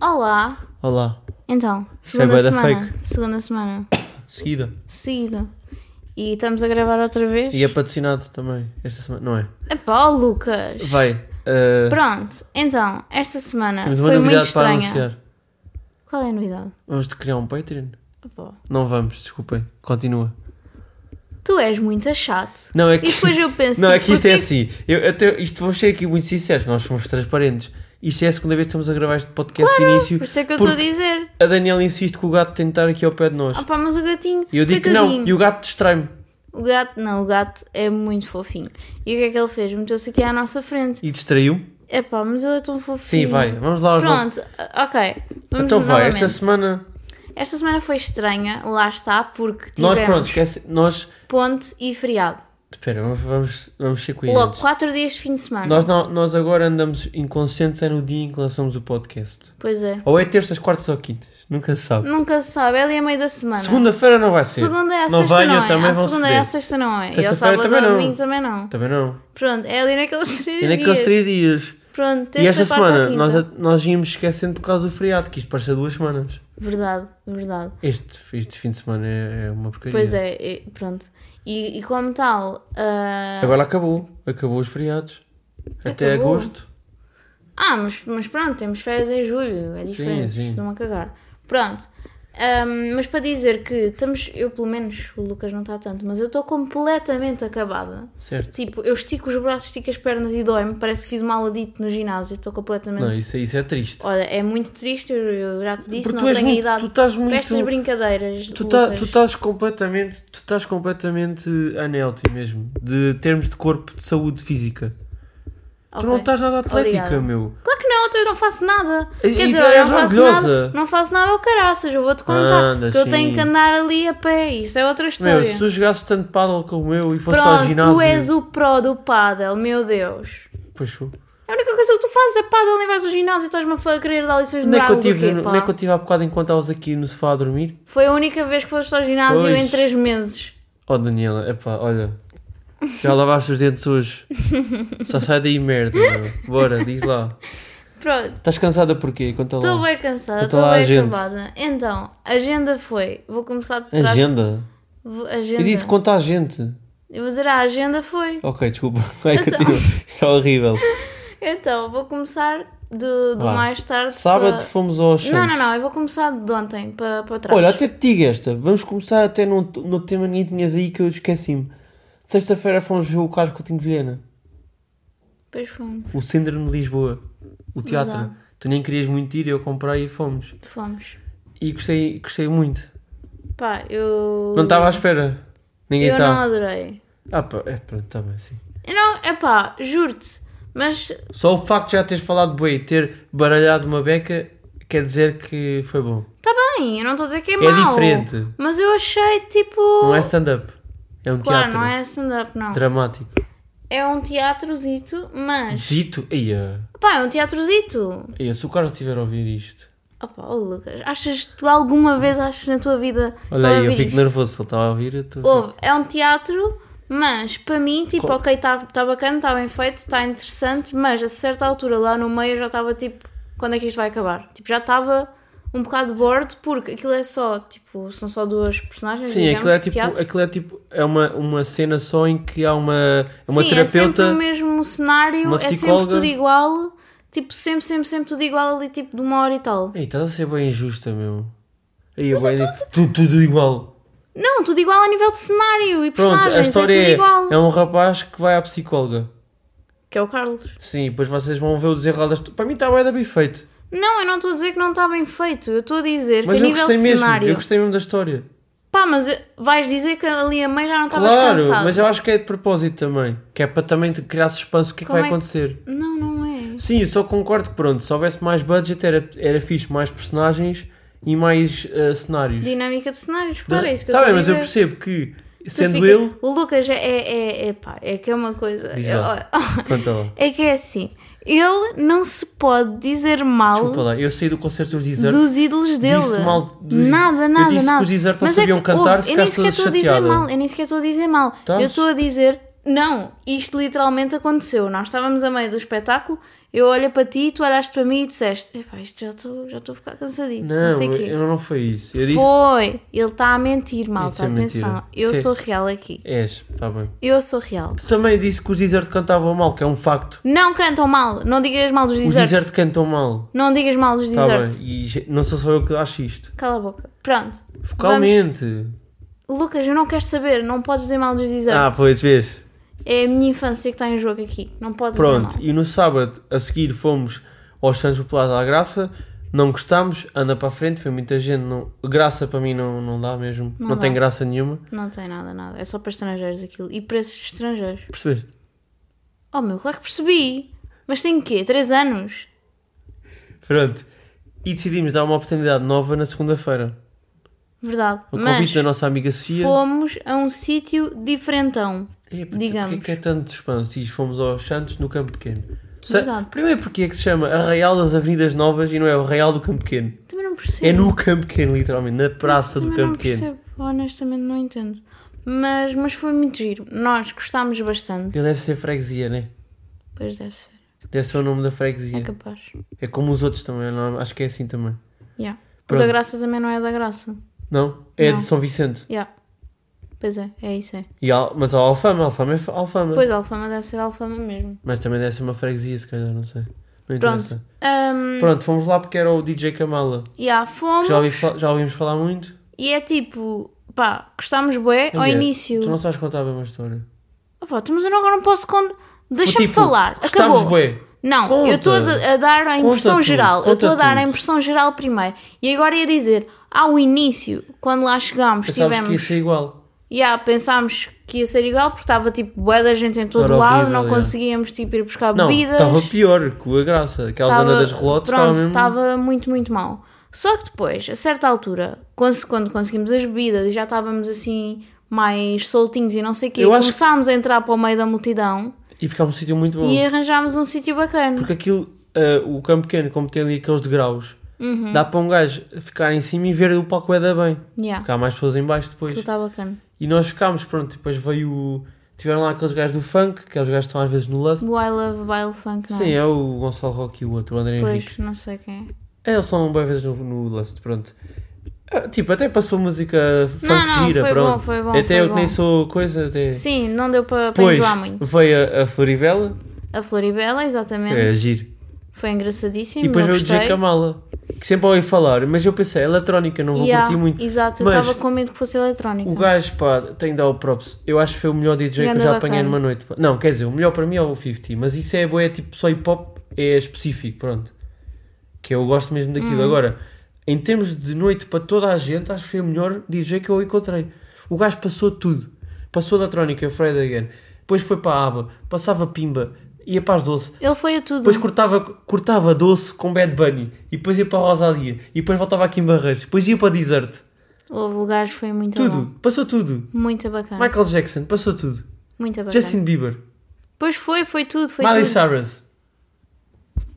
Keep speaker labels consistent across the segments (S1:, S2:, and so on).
S1: Olá!
S2: Olá.
S1: Então,
S2: Isso é
S1: segunda
S2: bué da
S1: semana. Segunda semana
S2: Seguida.
S1: seguida. E estamos a gravar outra vez.
S2: E é patrocinado também esta semana, não é?
S1: Epá, ó Lucas!
S2: Vai. uh,
S1: Pronto, então, esta semana
S2: temos uma
S1: foi muito
S2: novidade para
S1: estranha.
S2: anunciar.
S1: Qual é a novidade?
S2: Vamos de criar um Patreon?
S1: Epá,
S2: Não vamos, desculpem. Continua.
S1: tu és muito chato.
S2: Não é que,
S1: E depois eu penso.
S2: não, é
S1: tipo,
S2: que isto é
S1: porquê-
S2: assim. Eu, até, isto vamos ser aqui muito sinceros, nós somos transparentes. Isto é a segunda vez que estamos a gravar este podcast de início.
S1: Por isso é que eu estou
S2: porque
S1: a dizer.
S2: A Daniela insiste que o gato tem de estar aqui ao pé de nós.
S1: Ah pá, mas o gatinho.
S2: E eu digo que não, e
S1: coitadinho.
S2: o gato distrai-me.
S1: O gato, não, o gato é muito fofinho. E o que é que ele fez? Meteu-se aqui à nossa frente.
S2: E distraiu-me.
S1: Epá, mas ele é tão
S2: Sim,
S1: fofinho.
S2: vai, vamos lá aos nossos.
S1: Pronto, ok. Vamos
S2: Então vai,
S1: novamente.
S2: esta semana
S1: Esta semana foi estranha, lá está, porque tivemos
S2: nós pronto, esquece, nós
S1: ponte e feriado.
S2: espera, vamos, vamos, vamos ser coerentes.
S1: Logo, quatro dias de fim de semana.
S2: Nós, não- nós agora andamos inconscientes é no dia em que lançamos o podcast.
S1: Pois é.
S2: Ou é terças, quartas ou quintas. Nunca se sabe.
S1: Nunca se sabe, é ali a meio da semana.
S2: Segunda-feira não vai ser.
S1: Segunda é à
S2: não
S1: sexta
S2: venham,
S1: não é.
S2: também
S1: à
S2: vão se
S1: segunda é
S2: foder.
S1: à sexta não é. E ao
S2: Sexta-feira
S1: sábado
S2: também
S1: ou
S2: não.
S1: domingo também não.
S2: Também não.
S1: Pronto, é ali naqueles três
S2: E
S1: dias.
S2: naqueles três dias.
S1: Pronto,
S2: E esta
S1: terça, quarta ou
S2: semana
S1: quinta.
S2: nós, nós íamos esquecendo por causa do feriado, que isto parece duas semanas.
S1: Verdade, verdade.
S2: Este, este fim de semana é, é uma porcaria.
S1: Pois é, e- pronto. E, e como tal... ah,
S2: Agora acabou. Acabou os feriados. Até
S1: Acabou.
S2: agosto.
S1: Ah, mas, mas pronto, temos férias em julho, é diferente,
S2: sim.
S1: se não a cagar. Pronto. Ahm, mas para dizer que estamos, eu pelo menos, o Lucas não está tanto, mas eu estou completamente acabada.
S2: Certo.
S1: Tipo, eu estico os braços, estico as pernas e dói-me, parece que fiz uma aula dito no ginásio, estou completamente.
S2: Não, isso, isso é triste.
S1: Olha, é muito triste, eu, eu já te disse,
S2: Porque
S1: não
S2: tu és
S1: tenho
S2: muito-
S1: idade
S2: tu estás
S1: para estas
S2: muito-
S1: brincadeiras.
S2: Tu, tá-
S1: Lucas.
S2: tu estás completamente, tu estás completamente anelti mesmo, de termos de corpo de saúde física. Tu não
S1: Ok.
S2: estás nada atlética,
S1: Obrigada.
S2: meu.
S1: Claro que não, então eu não faço nada.
S2: E- é
S1: Quer
S2: e
S1: dizer,
S2: tu
S1: olha,
S2: és
S1: não faço
S2: orgulhosa.
S1: nada, não faço nada ao caraças, eu vou-te contar.
S2: Anda,
S1: que eu
S2: sim.
S1: tenho que andar ali a pé, isso é outra história.
S2: Meu, se tu jogasses tanto paddle como eu e fosse ao
S1: Pronto,
S2: ginásio.
S1: tu és o pró do paddle, meu Deus.
S2: Pois sou.
S1: A única coisa que tu fazes é paddle e vais ao ginásio e estás-me a fa- querer dar lições de
S2: Onde é, que
S1: moral
S2: eu
S1: do
S2: tive,
S1: quê, pá?
S2: onde é que eu tive há bocado enquanto estavas aqui no sofá a dormir?
S1: Foi a única vez que foste ao ginásio
S2: Pois.
S1: em três meses.
S2: Oh Daniela, epá, olha. Já lavaste os dentes hoje. Só sai daí merda, meu. Bora, diz lá.
S1: Pronto,
S2: Estás cansada porquê? Conta
S1: estou
S2: lá.
S1: bem cansada,
S2: Conta
S1: estou
S2: lá a
S1: bem
S2: gente.
S1: acabada. Então, a agenda foi, vou começar de trás.
S2: Agenda?
S1: Vou-
S2: Eu
S1: agenda.
S2: disse conta a gente.
S1: Eu vou dizer, ah, a agenda foi.
S2: Ok, desculpa. Vai, continua. Isto é horrível.
S1: Então, vou começar do, do
S2: Vá.
S1: mais tarde.
S2: Sábado
S1: para-
S2: fomos ao show.
S1: Não, não, não, eu vou começar de ontem para, para trás.
S2: Olha, até te digo esta. Vamos começar até no, no tema que tinhas aí que eu esqueci-me. Sexta-feira fomos ver o Carlos Coutinho de Vilhena.
S1: Depois fomos.
S2: O Síndrome de Lisboa. O teatro.
S1: Verdade.
S2: Tu nem querias muito ir, eu comprei e fomos.
S1: Fomos.
S2: E gostei, gostei muito.
S1: Pá, eu.
S2: Não tá então. estava à espera. Ninguém
S1: Eu não
S2: estava.
S1: adorei.
S2: Ah, pá, é, pronto, está bem, sim.
S1: Eu não, é pá, juro-te, mas
S2: Só o facto de já teres falado boi e ter baralhado uma beca quer dizer que foi bom.
S1: está bem, eu não estou a dizer que é,
S2: É
S1: mau.
S2: diferente.
S1: Mas eu achei tipo.
S2: Não é stand-up. É um
S1: claro,
S2: teatro
S1: não é stand-up, não.
S2: dramático.
S1: É um teatrozito, mas.
S2: Zito. Ia.
S1: Pá, é um teatrozito.
S2: Ia, se o Carlos estiver a ouvir isto.
S1: Opa, oh, Lucas, achas que tu alguma vez achas na tua vida.
S2: Olha
S1: vai
S2: aí, eu
S1: ouvir
S2: fico
S1: isto?
S2: nervoso. Se ele estava a ouvir, eu estou.
S1: Houve, é um teatro, mas para mim, tipo,
S2: Qual-
S1: ok, está tá bacana, está bem feito, está interessante, mas a certa altura lá no meio eu já estava tipo, quando é que isto vai acabar? Tipo, já estava um bocado bored porque aquilo é só, tipo, são só duas personagens.
S2: Sim,
S1: digamos,
S2: aquilo é
S1: de
S2: tipo.
S1: um teatro.
S2: Aquilo é tipo. É uma, uma cena só em que há uma. É uma
S1: Sim, é sempre o
S2: terapeuta.
S1: mesmo cenário,
S2: uma
S1: é sempre
S2: psicóloga.
S1: tudo igual, tipo, sempre, sempre, sempre tudo igual ali, tipo, de uma hora e tal.
S2: Ei, estás a ser bem injusta, meu. Ei,
S1: é
S2: bem... Tudo, tudo igual.
S1: Não, tudo igual a nível de cenário e
S2: Pronto,
S1: personagens,
S2: a história
S1: é tudo
S2: é,
S1: igual.
S2: é um rapaz que vai à psicóloga.
S1: Que é o Carlos.
S2: Sim, depois vocês vão ver o desenrolar das. Para mim está bem, bem feito.
S1: Não, eu não estou a dizer que não está bem feito, eu estou a dizer
S2: Mas
S1: que a
S2: eu
S1: nível
S2: gostei
S1: de
S2: mesmo.
S1: cenário.
S2: Eu gostei mesmo da história.
S1: Pá, mas vais dizer que ali a mãe já não estavas
S2: Claro,
S1: cansado.
S2: mas eu acho que é de propósito também. Que é para também te criar suspense o que é que
S1: Como
S2: vai
S1: é que-
S2: acontecer.
S1: Não, não é.
S2: Sim, eu só concordo que pronto, se houvesse mais budget era, era fixe, mais personagens e mais eh, cenários.
S1: Dinâmica de cenários, claro, é isso que
S2: tá
S1: eu
S2: bem,
S1: estou a
S2: mas
S1: dizer.
S2: eu percebo que,
S1: Tu
S2: sendo
S1: ficas-
S2: ele,
S1: O Lucas é, é, é, é pá, é que é uma coisa...
S2: Diz
S1: Eu-
S2: lá. conta lá.
S1: é que é assim, ele não se pode dizer mal
S2: Desculpa lá, eu saí do concerto dos Desert.
S1: dos ídolos dele.
S2: Disse mal dos-
S1: Nada,
S2: eu
S1: nada,
S2: disse que
S1: nada.
S2: os Desert não
S1: Mas é
S2: sabiam cantar,
S1: ouve, eu nem
S2: ficaste
S1: sequer
S2: toda
S1: estou a dizer
S2: chateada.
S1: mal, eu nem sequer estou a dizer mal.
S2: Estás?
S1: Eu estou a dizer Não, isto literalmente aconteceu. Nós estávamos a meio do espetáculo, eu olhei para ti, tu olhaste para mim e disseste: Epá, isto já estou já estou a ficar cansadito, não,
S2: Não,
S1: sei o quê.
S2: eu não foi isso. Eu disse.
S1: Foi! Ele está a mentir, malta,
S2: é
S1: atenção.
S2: mentira.
S1: Eu
S2: Sim.
S1: sou real aqui.
S2: És, está bem.
S1: Eu sou real.
S2: Tu também disse que os Desert cantavam mal, que é um facto.
S1: Não cantam mal, não digas mal dos
S2: Os
S1: desertos.
S2: Desert cantam mal.
S1: Não digas mal dos
S2: Está bem.
S1: desertos.
S2: E ge- não sou só eu que acho isto.
S1: Cala a boca. Pronto.
S2: Focalmente.
S1: Lucas, eu não quero saber, não podes dizer mal dos desertos.
S2: Ah, pois vês.
S1: É a minha infância que está em jogo aqui. Não podes dizer
S2: Pronto,
S1: mal.
S2: e no sábado a seguir fomos aos Santos Populares da Graça, não gostámos, anda para a frente, foi muita gente, não, graça para mim não, não dá mesmo, não,
S1: Não dá.
S2: tem graça nenhuma,
S1: Não tem nada, nada. É só para estrangeiros aquilo. E preços estrangeiros.
S2: percebeste?
S1: Oh meu, claro que percebi. Mas tem quê? 3 anos?
S2: Pronto, e decidimos dar uma oportunidade nova na segunda-feira,
S1: Verdade.
S2: o
S1: Mas
S2: convite da nossa amiga Cia,
S1: fomos a um sítio diferentão.
S2: é,
S1: digamos.
S2: porque é que é tanto expanso, e fomos aos Santos no Campo Pequeno. Sa-
S1: Verdade.
S2: Primeiro porque é que se chama Arraial das Avenidas Novas e não é o Arraial do Campo Pequeno,
S1: Também não percebo.
S2: é no Campo Pequeno literalmente, na praça do
S1: Também
S2: Campo
S1: não
S2: Pequeno.
S1: percebo. Honestamente não entendo. Mas, mas foi muito giro. Nós gostámos bastante.
S2: Ele deve ser freguesia, né?
S1: Pois deve ser.
S2: Deve ser o nome da freguesia.
S1: É capaz.
S2: É como os outros também, não- acho que é assim também.
S1: Yeah. O
S2: Pronto.
S1: da graça também não é da graça.
S2: Não? É
S1: Não.
S2: de São Vicente.
S1: Yeah. Pois é, é isso é.
S2: E Al- mas há Alfama, Alfama é fa- Alfama.
S1: Pois Alfama deve ser Alfama mesmo.
S2: Mas também deve ser uma freguesia, se calhar, não sei. Não
S1: Pronto. Hum.
S2: interessa.
S1: Ahm,
S2: Pronto, fomos lá porque era o DJ Kamala.
S1: yeah, fomos
S2: que Já, ouvi fa- já ouvimos falar muito.
S1: e é tipo, pá, gostámos bué ao
S2: Olha,
S1: início.
S2: Tu não sabes contar bem uma história.
S1: Opa, mas eu não- agora não posso. Con... Deixa-me
S2: Tipo,
S1: falar.
S2: gostámos
S1: Acabou.
S2: bué.
S1: Não,
S2: Conta.
S1: eu estou a, da- a dar a impressão
S2: tudo,
S1: geral. Eu
S2: conta
S1: estou a dar a
S2: tudo.
S1: impressão geral primeiro. E agora ia dizer, ao início, quando lá chegámos,
S2: Pensávamos que ia
S1: tivemos.
S2: ser igual.
S1: Yeah, pensámos que ia ser igual porque estava tipo bué da gente em todo
S2: Era
S1: lado,
S2: horrível,
S1: não
S2: yeah.
S1: conseguíamos tipo ir buscar
S2: Não,
S1: bebidas.
S2: estava pior que a graça. Aquela zona das relotes estava
S1: pronto,
S2: mesmo.
S1: estava muito, muito mal. Só que depois, a certa altura, cons- quando conseguimos as bebidas e já estávamos assim mais soltinhos e não sei o quê,
S2: Eu acho que-
S1: começámos a entrar para o meio da multidão
S2: E ficava um sítio muito bom.
S1: e arranjámos um sítio bacana.
S2: Porque aquilo, ah, o campo pequeno, como tem ali aqueles degraus,
S1: Uhum, Hum.
S2: dá para um gajo ficar em cima e ver o palco é da bem.
S1: Yeah,
S2: Porque há mais pessoas em baixo depois.
S1: aquilo está bacana.
S2: E nós ficámos, pronto, depois veio o... Tiveram lá aqueles gajos do funk, que é os gajos que estão às vezes no lance.
S1: O I Love Baile Funk, não
S2: Sim,
S1: é?
S2: é o Gonçalo Roque e o outro, o André Henrique.
S1: Pois, não sei quem é.
S2: É, eles estão boas vezes no, no lance, pronto. Ah, Tipo, até passou música funk
S1: não,
S2: gira,
S1: foi bom,
S2: pronto.
S1: foi bom,
S2: até
S1: foi
S2: eu que
S1: bom.
S2: nem sou coisa, até...
S1: Sim, não deu para para
S2: Depois
S1: enjoar muito.
S2: veio a, a Floribela,
S1: A Floribela, exatamente.
S2: que é giro.
S1: Foi engraçadíssimo,
S2: E depois
S1: eu
S2: veio o
S1: gostei.
S2: DJ Kamala, que sempre ouvi falar, mas eu pensei, é eletrónica, não vou
S1: Yeah,
S2: curtir muito.
S1: Exato, eu
S2: Mas-
S1: estava com medo que fosse eletrónica.
S2: O gajo, pá, tem de dar o props. Eu acho que foi o melhor DJ que
S1: Então. Ganda
S2: eu já apanhei
S1: bacana.
S2: numa noite. pá. Não, quer dizer, o melhor para mim é o 50, mas isso é boé, tipo, só hip hop é específico, pronto. Que eu gosto mesmo
S1: Hum.
S2: daquilo. Agora, em termos de noite para toda a gente, acho que foi o melhor DJ que eu encontrei. O gajo passou tudo. Passou da trónica, Fred Again. Depois foi para a aba, passava pimba, ia para as doce.
S1: Ele foi a tudo.
S2: Depois cortava, cortava doce com Bad Bunny. E depois ia para a Rosalia. E depois voltava aqui em Barreiros. Depois ia para Desert.
S1: Houve, o gajo foi muito
S2: Tudo.
S1: bom.
S2: Passou tudo.
S1: Muito bacana.
S2: Michael Jackson, passou tudo.
S1: Muito bacana.
S2: Justin Bieber,
S1: Pois foi, foi tudo, foi
S2: Miley
S1: tudo.
S2: Cyrus.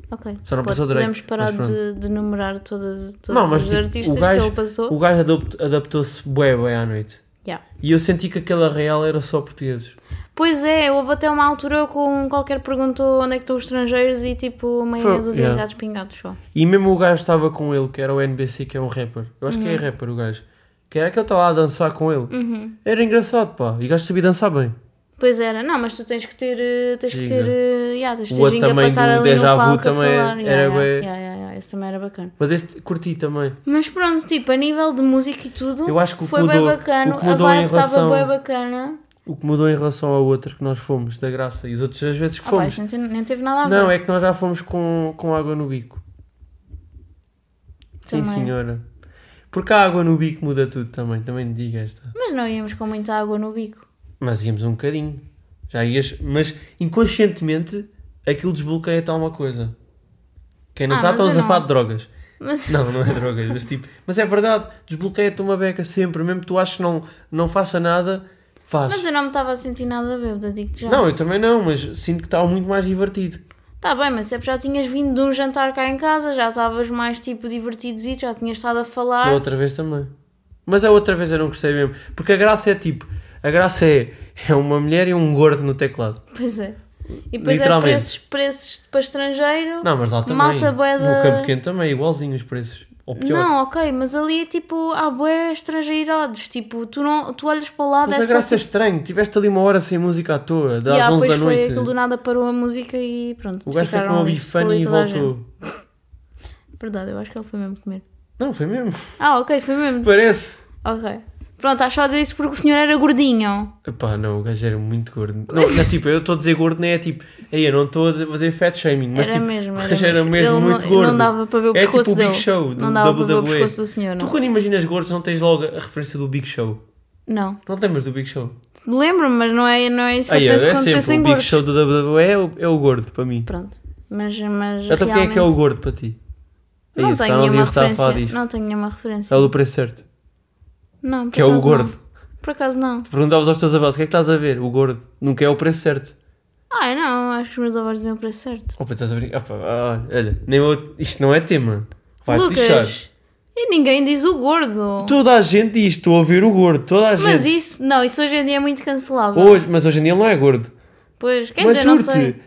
S1: Ok.
S2: Só não
S1: Pode-
S2: passou Drake,
S1: Podemos parar
S2: mas
S1: de, de numerar todas, todos
S2: Não, mas
S1: os
S2: tipo,
S1: artistas
S2: o gajo,
S1: que ele passou.
S2: o gajo adop- adaptou-se bué, bué à noite.
S1: Yeah.
S2: E eu senti que aquela real era só portugueses.
S1: Pois é, houve até uma altura com qualquer perguntou onde é que estão os estrangeiros e tipo, meia
S2: Foi-
S1: dúzia
S2: yeah.
S1: de gatos pingados só.
S2: E mesmo o gajo estava com ele, que era o NBC, que é um rapper. Eu acho
S1: Uhum.
S2: que é rapper o gajo. Que era que eu estava lá a dançar com ele. Era engraçado, pá. E o gajo sabia dançar bem.
S1: Pois era, não, mas tu tens que ter, eh, tens que
S2: Giga.
S1: ter, eh, yeah, tens que
S2: O
S1: ter
S2: outro
S1: ginga para
S2: também
S1: estar
S2: do
S1: ali no
S2: Deja Vu
S1: palco a falar.
S2: também
S1: Yeah,
S2: era
S1: yeah,
S2: bué-
S1: yeah, yeah, yeah, esse também era bacana.
S2: Mas este curti também.
S1: Mas pronto, tipo, a nível de música e tudo,
S2: Eu acho que o que
S1: foi
S2: mudou-
S1: bem bacana,
S2: o que
S1: a
S2: mudou em
S1: vibe estava
S2: relação-
S1: bem bacana.
S2: O que mudou em relação ao outro que nós fomos, da graça. E os outros as vezes que
S1: Ah, pá,
S2: fomos.
S1: isso não tem- nem teve nada a ver.
S2: Não, é que nós já fomos com, com água no bico. Sim,
S1: Também.
S2: senhora. Porque a água no bico muda tudo também, também te digo esta.
S1: Mas não íamos com muita água no bico.
S2: Mas íamos um bocadinho. Já ias, mas inconscientemente aquilo desbloqueia tal uma coisa. Quem não
S1: Ah,
S2: sabe,
S1: mas eu
S2: estamos a
S1: não.
S2: falar de drogas.
S1: Mas
S2: Não, não é drogas, mas tipo. Mas é verdade, desbloqueia-te uma beca sempre, mesmo que tu aches que não, não faça nada, faz.
S1: Mas eu não me estava a sentir nada bêbada, digo-te já.
S2: Não, eu também não, mas sinto que está muito mais divertido.
S1: Tá bem, mas sempre já tinhas vindo de um jantar cá em casa, já estavas mais tipo divertidozito, já tinhas estado a
S2: Da
S1: falar.
S2: outra vez também. Mas a outra vez eu não gostei mesmo. Porque a graça é tipo, A graça é, é uma mulher e um gordo no teclado.
S1: Pois é. E depois é
S2: Literalmente.
S1: preços, preços para estrangeiro.
S2: Não, mas lá também.
S1: Malta bué
S2: No
S1: da-
S2: Campo Pequeno também, igualzinho os preços. Ou pior.
S1: Não, ok, mas ali é tipo, há bué estrangeirados. Tipo, tu, não, tu olhas para o lado, é
S2: mas a
S1: só
S2: graça é
S1: tipo-
S2: estranho. Tiveste ali uma hora sem música à toa, das
S1: Yeah,
S2: 11 da
S1: pois foi
S2: noite.
S1: aquilo do nada parou a música e pronto.
S2: O gajo foi com
S1: ficaram
S2: uma
S1: ali, ficou
S2: bifana
S1: ali
S2: e
S1: toda a gente.
S2: voltou.
S1: Verdade, eu acho que ele foi mesmo comer.
S2: Não, foi mesmo.
S1: Ah, ok, foi mesmo.
S2: Parece.
S1: Ok. Pronto, acho só a dizer isso porque o senhor era gordinho.
S2: Pá, não, o gajo era muito gordo. Não, não, tipo, eu estou a dizer gordo, não é tipo. Aí eu não estou a fazer fat shaming, mas
S1: era
S2: tipo,
S1: mesmo,
S2: o
S1: era
S2: gajo
S1: mesmo.
S2: era mesmo
S1: Ele
S2: muito
S1: não,
S2: gordo.
S1: Não dava para ver o
S2: é tipo
S1: pescoço
S2: o Big
S1: dele.
S2: Show do
S1: não dava para ver o
S2: WWE.
S1: pescoço do senhor,
S2: Tu
S1: não.
S2: quando imaginas gordos não tens logo a referência do Big Show.
S1: Não.
S2: Não te lembras do Big Show?
S1: Lembro-me, mas não é, não é isso que
S2: Aí
S1: eu
S2: é
S1: penso quando
S2: sempre
S1: penso
S2: o
S1: em
S2: Big
S1: gordos.
S2: Show do WWE é o, é o gordo para mim.
S1: Pronto. Mas, mas
S2: Então quem é que é o
S1: realmente
S2: gordo para ti? Aí,
S1: Não tenho
S2: se calhar
S1: nenhuma
S2: devíamos estar a falar
S1: referência.
S2: disto.
S1: Não tenho nenhuma
S2: É
S1: referência.
S2: o do preço certo.
S1: Não, por
S2: Que é o
S1: acaso não.
S2: gordo.
S1: Por acaso não.
S2: Perguntavas aos teus avós, o que é que estás a ver? O gordo. Nunca é o preço certo.
S1: Ai, não, acho que os meus avós diziam o preço certo.
S2: Opa, estás a brincar? Opa, ah, olha, nem eu- isto não é tema. Vai-te
S1: Lucas,
S2: lixar.
S1: e ninguém diz o gordo.
S2: Toda a gente diz, estou a ouvir o gordo. Toda a
S1: Mas
S2: gente.
S1: isso, não, isso hoje em dia é muito cancelável.
S2: Hoje, mas hoje em dia ele não é gordo.
S1: Pois, quer
S2: mas
S1: dizer, não sei.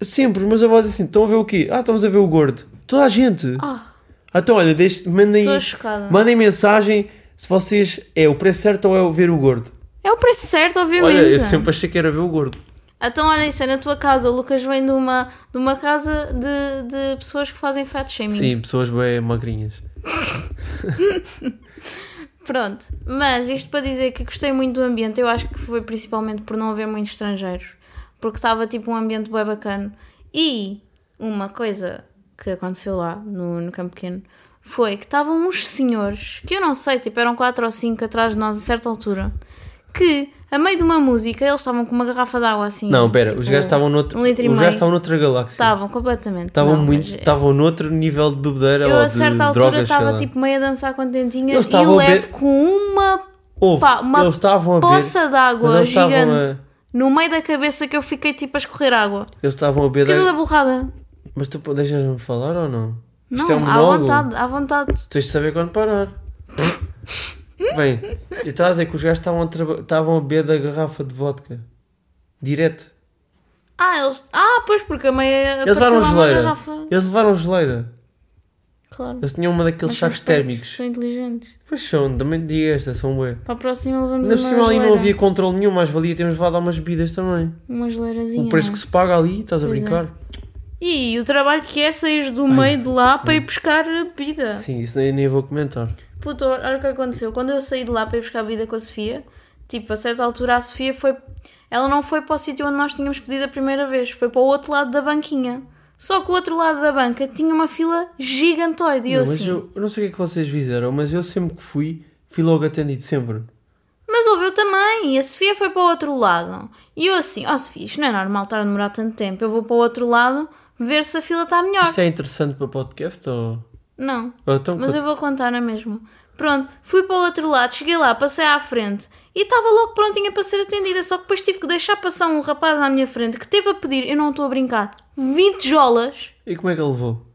S2: sempre os meus avós dizem assim, estão a ver o quê? Ah, estamos a ver o gordo. Toda a gente.
S1: Ah,
S2: Então, olha, deixe, mandem,
S1: estou chocada.
S2: mandem mensagem se vocês é o preço certo ou é o ver o gordo.
S1: É o preço certo, obviamente.
S2: Olha, eu sempre achei que era ver o gordo.
S1: Então, olha isso, é na tua casa. O Lucas vem de uma, de uma casa de, de pessoas que fazem fat shaming.
S2: Sim, pessoas bem magrinhas.
S1: Pronto, mas isto para dizer que gostei muito do ambiente, eu acho que foi principalmente por não haver muitos estrangeiros, porque estava tipo um ambiente bem bacana. E uma coisa que aconteceu lá no, no Campo Pequeno foi que estavam uns senhores, que eu não sei, tipo eram quatro ou cinco atrás de nós a certa altura, que a meio de uma música eles estavam com uma garrafa de água assim.
S2: Não, pera,
S1: tipo,
S2: os gajos estavam noutro,
S1: um litro e
S2: os
S1: meio.
S2: gajos estavam noutra galáxia.
S1: Estavam completamente.
S2: Estavam
S1: Não,
S2: muito,
S1: mas é.
S2: estavam noutro nível de bebedeira
S1: Eu
S2: ou
S1: a
S2: de
S1: certa altura
S2: drogas, sei
S1: estava
S2: lá.
S1: tipo meio a dançar contentinha
S2: Eles
S1: e
S2: estavam a
S1: levo
S2: ver-
S1: com uma
S2: Ouve,
S1: pá, uma
S2: eles estavam a beber,
S1: poça de água
S2: eles estavam
S1: gigante
S2: a-
S1: no meio da cabeça que eu fiquei tipo a escorrer água.
S2: eles estavam a
S1: Fiquei toda
S2: beber.
S1: borrada.
S2: Mas tu pô, deixas-me falar ou não?
S1: Não,
S2: Isto é um
S1: à
S2: monólogo.
S1: vontade, à vontade.
S2: Tens de saber quando parar. Bem, eu estava a dizer que os gajos estavam a, traba- estavam a beber da garrafa de vodka. Direto.
S1: Ah, eles. Ah, pois, porque a meia
S2: Eles
S1: apareceu
S2: levaram
S1: lá uma
S2: geleira.
S1: garrafa.
S2: Eles levaram geleira.
S1: Claro.
S2: Eles tinham uma
S1: Mas
S2: daqueles
S1: é um são
S2: sacos
S1: espertos,
S2: térmicos.
S1: São inteligentes.
S2: Pois são, também diga esta, são bué.
S1: Para a próxima levamos
S2: Ainda por
S1: uma
S2: cima ali não
S1: geleira.
S2: havia controle nenhum, mais valia termos levado algumas bebidas também.
S1: Uma geleirazinha.
S2: O um preço
S1: não
S2: que
S1: é?
S2: se paga ali, estás a
S1: Pois é.
S2: brincar?
S1: E o trabalho que é sair do meio de
S2: é
S1: lá para ir buscar a bebida.
S2: Sim, isso nem, nem vou comentar.
S1: Puto, olha o que aconteceu. Quando eu saí de lá para ir buscar a bebida com a Sofia, tipo, a certa altura a Sofia foi. Ela não foi para o sítio onde nós tínhamos pedido a primeira vez, foi para o outro lado da banquinha. Só que o outro lado da banca tinha uma fila gigantoide. E eu
S2: Não, mas
S1: assim.
S2: eu, eu não sei o que é que vocês fizeram, mas eu sempre que fui, fui logo atendido, sempre.
S1: Mas houve eu também. E a Sofia foi para o outro lado. E eu assim, ó Sofia, isto não é normal estar a demorar tanto tempo. Eu vou para o outro lado ver se a fila está melhor.
S2: Isto é interessante para podcast ou.
S1: Não.
S2: ou então,
S1: Mas eu vou contar na mesma. Pronto, fui para o outro lado, cheguei lá, passei à frente e estava logo prontinha para ser atendida, só que depois tive que deixar passar um rapaz à minha frente que teve a pedir, eu não estou a brincar, 20 jolas.
S2: E como é que ele levou?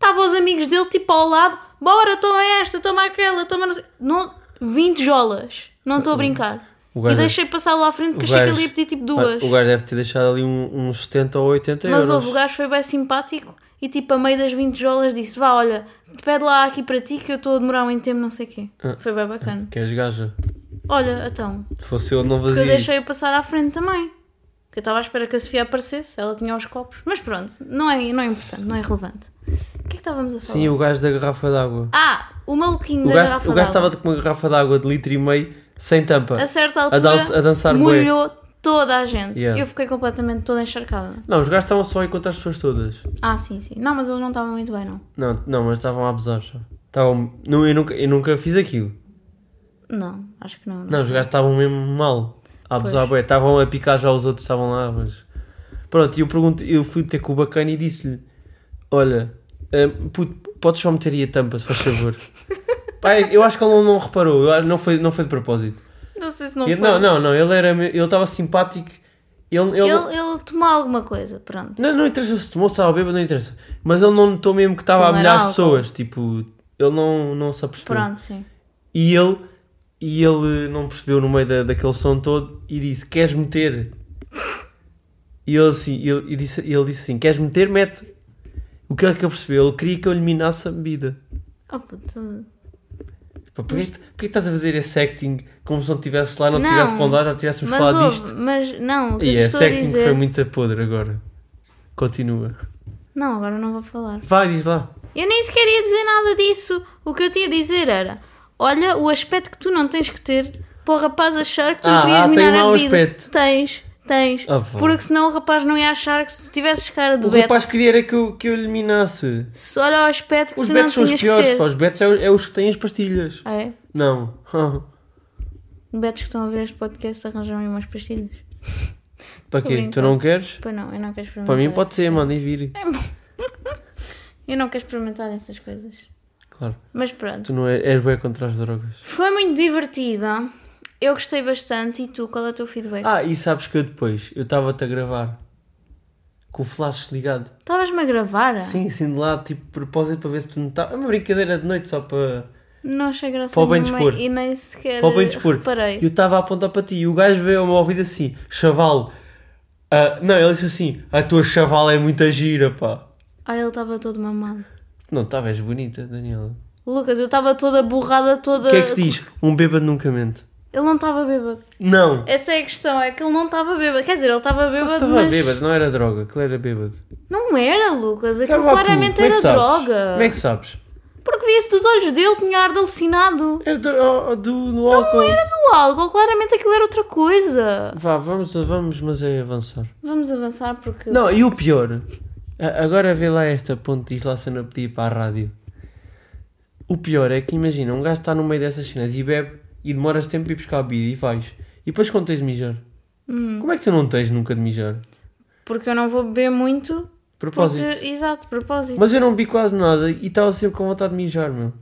S1: Estavam os amigos dele tipo ao lado, bora, toma esta, toma aquela, toma não sei. Não, 20 jolas, não estou a brincar.
S2: O gajo-
S1: e deixei passar lá à frente porque
S2: O
S1: achei que
S2: gajo- Ah,
S1: ele ia pedir tipo duas.
S2: O gajo deve ter deixado ali um- uns 70 ou 80
S1: Mas
S2: euros.
S1: houve, o gajo foi bem simpático e tipo a meio das 20 jolas disse: vá, olha, pede lá aqui para ti que eu estou a demorar muito tempo, não sei o quê.
S2: Ah.
S1: Foi bem bacana.
S2: Queres gaja?
S1: Olha, então,
S2: Se fosse eu, não
S1: que
S2: fazia
S1: eu
S2: isso.
S1: deixei-o passar à frente também. Que eu estava à espera que a Sofia aparecesse, ela tinha os copos. Mas pronto, não é, não é importante, não é relevante. O que é que estávamos a falar?
S2: Sim, o gajo da garrafa d'água.
S1: Ah, o maluquinho
S2: O
S1: da
S2: gajo,
S1: garrafa
S2: o gajo
S1: d'água.
S2: estava com uma garrafa d'água de litro e meio, sem tampa.
S1: A certa
S2: a,
S1: altura,
S2: dan- a dançar bué.
S1: molhou toda a gente.
S2: Yeah.
S1: Eu fiquei completamente toda encharcada.
S2: Não, os gajos estavam só a contar as pessoas todas.
S1: Ah, sim, sim. Não, mas eles não estavam muito bem, não.
S2: Não, não mas estavam a abusar já. Estavam... Não, eu, nunca, eu nunca fiz aquilo.
S1: Não, acho que não.
S2: Não, os gajos estavam mesmo mal. A abusar, bué. Estavam a picar já os outros, estavam lá, mas... Pronto, e eu pergunto, eu fui ter com o bacana e disse-lhe: Olha, hum, puto, podes só meter aí a tampa, se faz favor. Pá, eu acho que ele não, não reparou, eu acho- não foi, não foi de propósito.
S1: Não sei se não
S2: Ele-
S1: foi.
S2: não, não, não, ele era me- ele estava simpático. Ele, ele-
S1: Ele, ele tomou alguma coisa, pronto.
S2: Não, não interessa se tomou, se estava bêbado, não interessa. Mas ele não notou mesmo que estava
S1: Não
S2: a
S1: era
S2: humilhar as
S1: álcool.
S2: pessoas, tipo, ele não, não se apercebeu.
S1: Pronto, sim.
S2: E ele E ele não percebeu no meio da, daquele som todo e disse: Queres meter? E ele, assim, ele, e disse, ele disse assim: Queres meter? Mete. O que é que ele percebeu? Ele queria que eu lhe minasse a bebida.
S1: Oh, puta.
S2: Pá, Porquê que porquê que estás a fazer esse acting como se não estivesse lá, não,
S1: Não,
S2: tivesse com lá, já tivéssemos
S1: Mas
S2: falado
S1: houve,
S2: disto?
S1: mas não, o que
S2: E é,
S1: eu
S2: esse
S1: estou a
S2: acting foi
S1: dizer.
S2: muito a podre agora. Continua.
S1: Não, agora não vou falar.
S2: Vai, diz lá.
S1: Eu nem sequer ia dizer nada disso. O que eu te ia dizer era: olha o aspecto que tu não tens que ter para o rapaz achar que tu
S2: Ah,
S1: ah, querias
S2: ah, tem
S1: minar a
S2: mau
S1: bebida.
S2: aspecto.
S1: Tens, tens.
S2: Ah, vá.
S1: porque senão o rapaz não ia achar que se tu tivesses cara de
S2: O
S1: Beto,
S2: rapaz queria era que eu, que eu lhe minasse.
S1: se olha o aspecto que
S2: Os
S1: tu não
S2: betos são
S1: tinhas
S2: os
S1: que
S2: piores,
S1: ter.
S2: pá. Os betos é, o- é os que têm as pastilhas.
S1: Ah, é?
S2: Não.
S1: Betos que estão a ver este podcast arranjam aí umas pastilhas.
S2: Para
S1: Tô
S2: quê? Tu
S1: brincando.
S2: não queres?
S1: Pois não, eu não quero É. experimentar.
S2: Para mim pode
S1: essas
S2: ser,
S1: coisas.
S2: mandem vir.
S1: Eu não quero experimentar essas coisas.
S2: Claro.
S1: Mas pronto.
S2: Tu não é- és bué contra as drogas.
S1: Foi muito divertida. Eu gostei bastante. E tu, qual é o teu feedback?
S2: Ah, e sabes que eu depois, eu estava-te a gravar. Com o flash ligado.
S1: Estavas-me a gravar?
S2: Sim, assim de lado, tipo, de propósito para ver se tu não estás. É uma brincadeira de noite só para.
S1: Não achei é graça
S2: Para o bem
S1: nenhuma
S2: dispor.
S1: e nem sequer
S2: Para o bem dispor.
S1: reparei.
S2: E eu estava a apontar para ti e o gajo veio ao meu ouvido assim: chaval. ah, não, ele disse assim: a tua chaval é muita gira, pá.
S1: Ah, ele estava todo mamado.
S2: Não, estavas bonita, Daniela.
S1: Lucas, eu estava toda borrada, toda...
S2: O que é que se diz? Um bêbado nunca mente.
S1: Ele não estava bêbado.
S2: Não!
S1: Essa é a questão, é que ele não estava bêbado. Quer dizer, ele estava É bêbado,
S2: Estava
S1: mas...
S2: bêbado, não era droga, aquilo era bêbado.
S1: Não era, Lucas. Aquilo
S2: Sabe lá tu,
S1: claramente
S2: como é
S1: era
S2: que sabes?
S1: droga.
S2: Como é que sabes?
S1: Porque via-se dos olhos dele, tinha ar de alucinado.
S2: Era do, ó, ó, do- no álcool.
S1: Não era do álcool, claramente aquilo era outra coisa.
S2: Vá, vamos, vamos, mas é avançar.
S1: Vamos avançar porque...
S2: Não, e o pior, a- agora vê lá esta ponte, diz lá se eu não pedia para a rádio. O pior é que imagina, um gajo está no meio dessas cenas e bebe e demoras tempo para ir buscar a bebida e vais. E depois quando tens de mijar.
S1: Hum,
S2: Como é que tu não tens nunca de mijar?
S1: porque eu não vou beber muito.
S2: Propósito.
S1: Propósito. Exato, propósito.
S2: Mas eu não bebi quase nada e estava sempre com vontade de mijar, meu.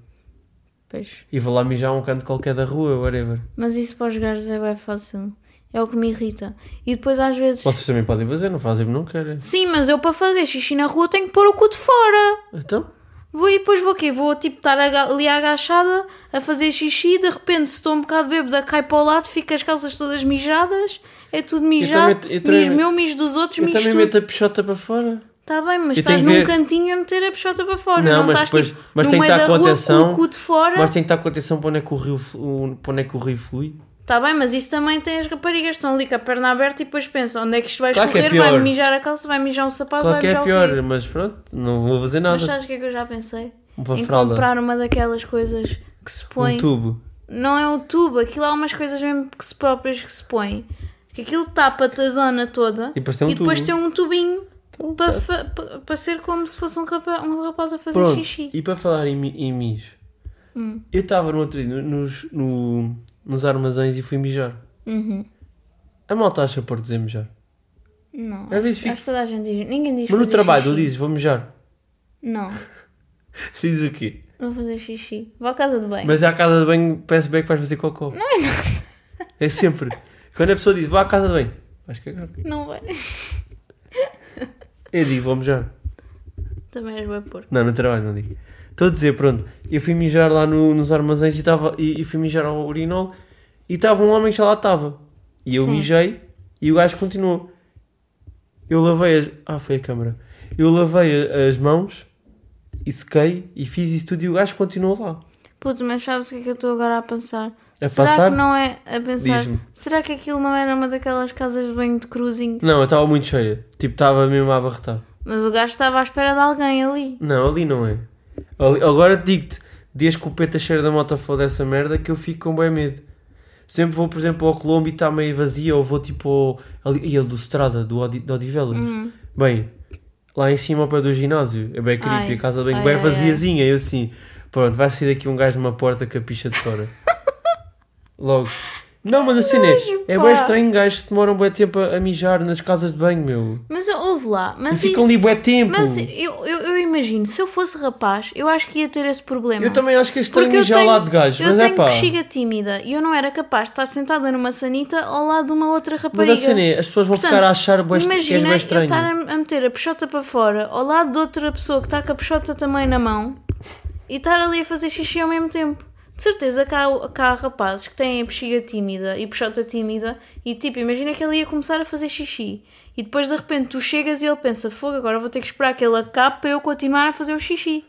S1: Pois.
S2: E vou lá mijar a um canto qualquer da rua, whatever.
S1: Mas isso para os gajos é bem fácil. É o que me irrita. E depois às vezes.
S2: Vocês também podem fazer, não fazem, não querem.
S1: Sim, mas eu para fazer xixi na rua tenho que pôr o cu de fora.
S2: Então,
S1: Vou e depois vou o quê? Vou tipo estar aga- ali agachada a fazer xixi de repente se estou um bocado bêbada cai para o lado, fico as calças todas mijadas, é tudo mijado,
S2: também- eu também-
S1: mijo meu, mijo dos outros,
S2: eu
S1: mijo
S2: também
S1: tudo.
S2: meto a pichota para fora.
S1: Está bem, mas
S2: eu
S1: estás
S2: tenho
S1: num
S2: que ver-
S1: cantinho a meter a pichota para fora,
S2: Não,
S1: não,
S2: mas
S1: estás
S2: depois-
S1: tipo
S2: mas
S1: no
S2: tem que
S1: meio
S2: estar
S1: da rua
S2: com
S1: com
S2: atenção,
S1: o cu de fora.
S2: Mas tem que estar com atenção para onde é que o rio, flu- para onde é que o rio flui.
S1: Tá bem, mas isso também tem as raparigas que estão ali com a perna aberta e depois pensam onde é que isto vai
S2: Claro que é
S1: escorrer,
S2: pior.
S1: vai mijar a calça, vai mijar um sapato,
S2: Claro que
S1: vai
S2: é
S1: mijar o
S2: pior,
S1: quê?
S2: mas pronto, não vou fazer
S1: Mas
S2: nada.
S1: sabes o que é que eu já pensei?
S2: Uma
S1: em
S2: fralda.
S1: comprar uma daquelas coisas que se põe.
S2: Um tubo.
S1: Não é um tubo, aquilo há umas coisas mesmo que se próprias que se põe. Que aquilo tapa-te a zona toda
S2: E depois tem um
S1: depois
S2: tubo.
S1: tem um tubinho
S2: Então,
S1: para,
S2: certo.
S1: fa- pa- para ser como se fosse um rapaz, um rapaz a fazer
S2: Pronto,
S1: xixi.
S2: e para falar em, mi- em mijo,
S1: Hum.
S2: eu estava no outro dia no- nos, no- nos armazéns e fui mijar.
S1: Uhum.
S2: A malta acha por dizer mijar.
S1: Não,
S2: Às
S1: acho,
S2: vezes fico-
S1: acho que toda a gente diz. Ninguém diz
S2: Mas no
S1: fazer
S2: trabalho, eu
S1: xixi.
S2: dizes, vou mijar.
S1: Não,
S2: Diz o quê?
S1: vou fazer xixi. Vou à casa de banho.
S2: Mas é à casa de banho, parece bem que vais fazer cocô. Não é nada. É sempre. Quando a pessoa diz, vá à casa de banho, vais cagar.
S1: Não vai.
S2: Eu digo, vou mijar.
S1: Também és bem porco.
S2: Não, no trabalho, não digo. Estou a dizer, pronto, eu fui mijar lá no- nos armazéns e, tava, e, e fui mijar ao urinol e estava um homem que já lá estava. E eu
S1: Sim.
S2: mijei e o gajo continuou. Eu lavei as... Ah, foi a câmara. Eu lavei a- as mãos e sequei e fiz isso tudo e o gajo continuou lá.
S1: Puto, mas sabes o que é que eu estou agora a pensar?
S2: A
S1: Será
S2: passar?
S1: que não é a pensar?
S2: Diz-me.
S1: Será que aquilo não era uma daquelas casas de banho de cruising?
S2: Não, eu estava muito cheia. Tipo, estava mesmo a abarrotar.
S1: Mas o gajo estava à espera de alguém ali.
S2: Não, ali não é. Ali- agora digo-te, desde que o Peta cheiro da moto for dessa merda, que eu fico com bem medo. Sempre vou, por exemplo, ao Colombo e está meio vazia, ou vou tipo ao, ali, e do Strada, do, Odi, do Odivelas.
S1: Uhum.
S2: Bem, lá em cima ao pé do ginásio, é bem
S1: Ai.
S2: creepy, a casa bem,
S1: Ai,
S2: bem
S1: ai,
S2: vaziazinha. Eu assim, pronto, vai sair daqui um gajo numa porta com a picha de fora. Logo. Não, mas a cena é,
S1: nojo,
S2: é
S1: pá.
S2: bem estranho gajos que demoram bem tempo a, a mijar nas casas de banho, meu.
S1: Mas houve lá.
S2: E
S1: Mas
S2: ficam
S1: isso-
S2: ali um bué tempo.
S1: Mas eu, eu, eu imagino, se eu fosse rapaz, eu acho que ia ter esse problema.
S2: Eu também acho que é estranho
S1: Porque eu
S2: mijar
S1: tenho,
S2: lá de gajo,
S1: eu
S2: mas é
S1: tenho
S2: pá.
S1: bexiga tímida e eu não era capaz de estar sentada numa sanita ao lado de uma outra
S2: Mas
S1: rapariga.
S2: a cena é, as pessoas vão
S1: Portanto,
S2: ficar a achar bué est- que és
S1: Imagina
S2: bué
S1: eu
S2: estranho.
S1: estar a, a meter a peixota para fora ao lado de outra pessoa que está com a peixota também na mão e estar ali a fazer xixi ao mesmo tempo. De certeza que há, que há rapazes que têm a bexiga tímida e puxota tímida e tipo, imagina que ele ia começar a fazer xixi e depois de repente tu chegas e ele pensa, fogo, agora vou ter que esperar que ele acabe para eu continuar a fazer o xixi.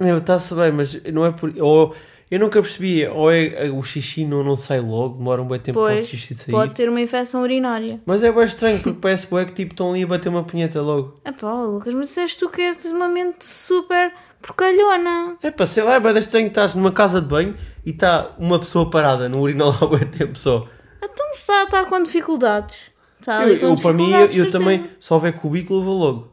S2: Meu, está-se bem, mas não é por. Ou, eu nunca percebi, ou é, é- o xixi não, não sai logo, demora um bom tempo para o
S1: Pois,
S2: xixi sair.
S1: pode ter uma infecção urinária.
S2: Mas é bem estranho, porque parece bué que tipo, estão ali a bater uma punheta logo.
S1: Ah pá, ó, Lucas, mas disseste tu que és uma mente super porcalhona.
S2: É pá, sei lá, é bem estranho que estás numa casa de banho e está uma pessoa parada no urinal há bué tempo só.
S1: Então se está tá com dificuldades. Está
S2: Eu,
S1: ali com
S2: eu, para mim, eu,
S1: dificuldades,
S2: eu
S1: certeza.
S2: também, se houver cubículo, eu vou logo.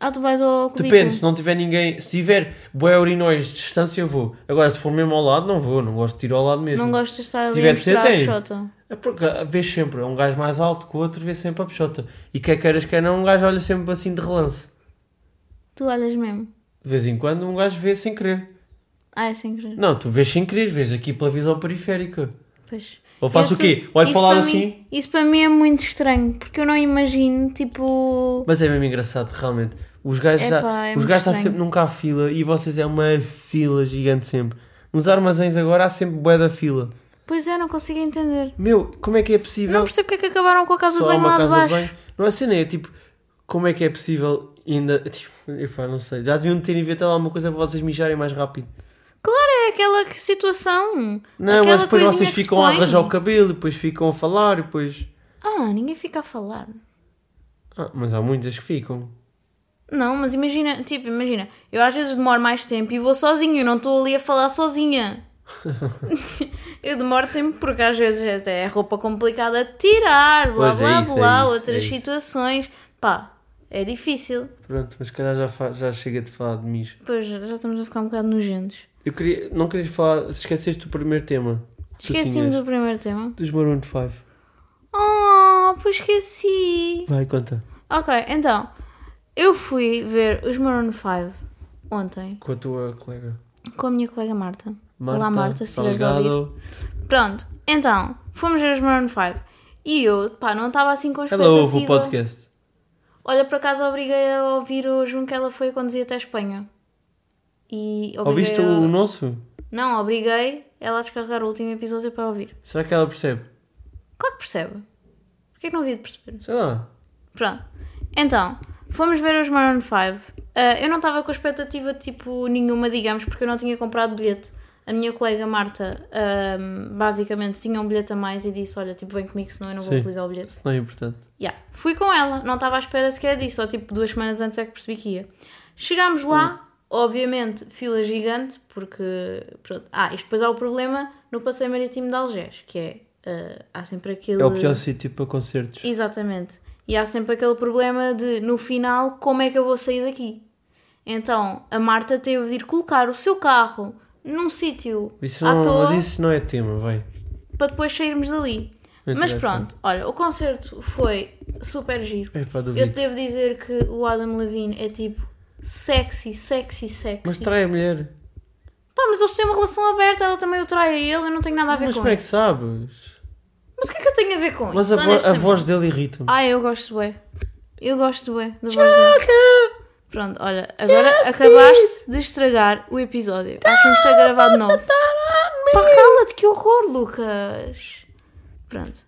S1: Ah, tu vais ao cubículo.
S2: Depende, se não tiver ninguém, se tiver bué urinóis de distância, eu vou. Agora, se for mesmo ao lado, não vou, não gosto de ir ao lado é mesmo.
S1: Não gostas de estar
S2: Se
S1: ali
S2: tiver
S1: a
S2: de ser,
S1: mostrar a
S2: tem.
S1: puxota.
S2: É porque vês sempre, é um gajo mais alto que o outro, vê sempre a peixota. E quer queiras, quer não, um gajo olha sempre assim de relance.
S1: Tu olhas mesmo.
S2: De vez em quando, um gajo vê sem querer.
S1: Ah, é sem querer.
S2: Não, tu vês sem querer, vês aqui pela visão periférica.
S1: Pois.
S2: Ou faço
S1: Eu
S2: o quê?
S1: te-
S2: Olho
S1: é isso
S2: para o lado
S1: mim-
S2: assim?
S1: isso para mim é muito estranho, porque eu não imagino, tipo.
S2: Mas é mesmo engraçado, realmente. Os gajos,
S1: Epá,
S2: já,
S1: é
S2: os
S1: muito
S2: gajos está
S1: estranho.
S2: sempre nunca há fila e vocês é uma fila gigante sempre. Nos armazéns agora há sempre bué da fila.
S1: Pois é, não consigo entender.
S2: Meu, como é que é
S1: Não
S2: possível?
S1: percebo porque é que acabaram com a casa
S2: Só
S1: de banho
S2: uma
S1: lá de
S2: casa de
S1: baixo.
S2: banho. Não é cena, é tipo, como é que é possível ainda. Tipo, epá, não sei. Já deviam ter inventado alguma coisa para vocês mijarem mais rápido.
S1: Claro, é aquela que- situação.
S2: Não,
S1: aquela
S2: mas depois
S1: coisinha
S2: vocês
S1: que se
S2: ficam a
S1: põe.
S2: arranjar o cabelo, depois ficam a falar, e depois.
S1: Ah, ninguém fica a falar.
S2: Ah, mas há muitas que ficam.
S1: Não, mas imagina, tipo, imagina, eu às vezes demoro mais tempo e vou sozinha, eu não estou ali a falar sozinha. eu demoro tempo porque às vezes até é roupa complicada de tirar, blá
S2: Pois é
S1: blá
S2: isso, é
S1: blá,
S2: isso,
S1: outras
S2: é isso.
S1: situações. Pá, é difícil.
S2: Pronto, mas se calhar já, fa- já chega de falar de mijo.
S1: Pois já já estamos a ficar um bocado nojentos.
S2: Eu queria. Não querias falar. Esqueceste o primeiro tema. que tu
S1: Esquecemos
S2: tinhas,
S1: do primeiro tema.
S2: Dos Maroon 5.
S1: Oh, pois esqueci.
S2: Vai, conta.
S1: Ok, então, eu fui ver os Maroon 5 ontem
S2: Com a tua colega. tá
S1: com a minha colega Marta. Olá Marta, se estiveres a ouvir.
S2: Salgado.
S1: Pronto, então, fomos ver os Maroon 5. E eu, pá, não estava assim com
S2: Ela
S1: expectativa.
S2: ouve o podcast.
S1: Olha, por acaso obriguei a ouvir o João que ela foi conduzir até a Espanha. E obriguei
S2: Ouviste
S1: a-
S2: o nosso?
S1: Não, obriguei ela a descarregar o último episódio para ouvir.
S2: Será que ela percebe?
S1: Claro que percebe. Porquê que não havia de perceber?
S2: Sei lá.
S1: Pronto. Então, fomos ver os Maroon 5. Ah, eu não estava com expectativa tipo nenhuma, digamos, porque eu não tinha comprado bilhete. A minha colega Marta, ahm, basicamente, tinha um bilhete a mais e disse: Olha, tipo, vem comigo, senão eu não vou
S2: Sim.
S1: utilizar o bilhete.
S2: Isso não é importante.
S1: Yeah. Fui com ela, não estava à espera sequer disso, só tipo duas semanas antes é que percebi que ia. Chegámos
S2: Hum.
S1: lá, obviamente, fila gigante, porque. Pronto. Ah, e depois há o problema no passeio marítimo de Algés, que é. ah, há sempre aquele.
S2: É o pior sítio para concertos.
S1: Exatamente. E há sempre aquele problema de, no final, como é que eu vou sair daqui? Então, a Marta teve de ir colocar o seu carro num sítio
S2: Isso
S1: à
S2: não,
S1: toa
S2: mas isso não é tema, vai.
S1: para depois sairmos dali.
S2: Não
S1: Mas
S2: interessa.
S1: pronto, olha, o concerto foi super giro.
S2: É pá,
S1: Eu
S2: duvido.
S1: te devo dizer que o Adam Levine é tipo sexy, sexy, sexy.
S2: Mas trai a mulher.
S1: Pá, mas eles têm uma relação aberta, ela também o trai a ele, eu não tenho nada a ver
S2: Mas
S1: com
S2: como é que
S1: isso.
S2: sabes?
S1: Mas o que é que eu tenho a ver com
S2: Mas
S1: isso?
S2: a, vo- a
S1: honestamente?
S2: voz dele irrita-me.
S1: Ah, eu gosto bem. Eu gosto bem da voz dele. Pronto, olha, agora acabaste de estragar o episódio. Acho que vamos ter gravado de novo. Pá, cala-te, que horror, Lucas. Pronto,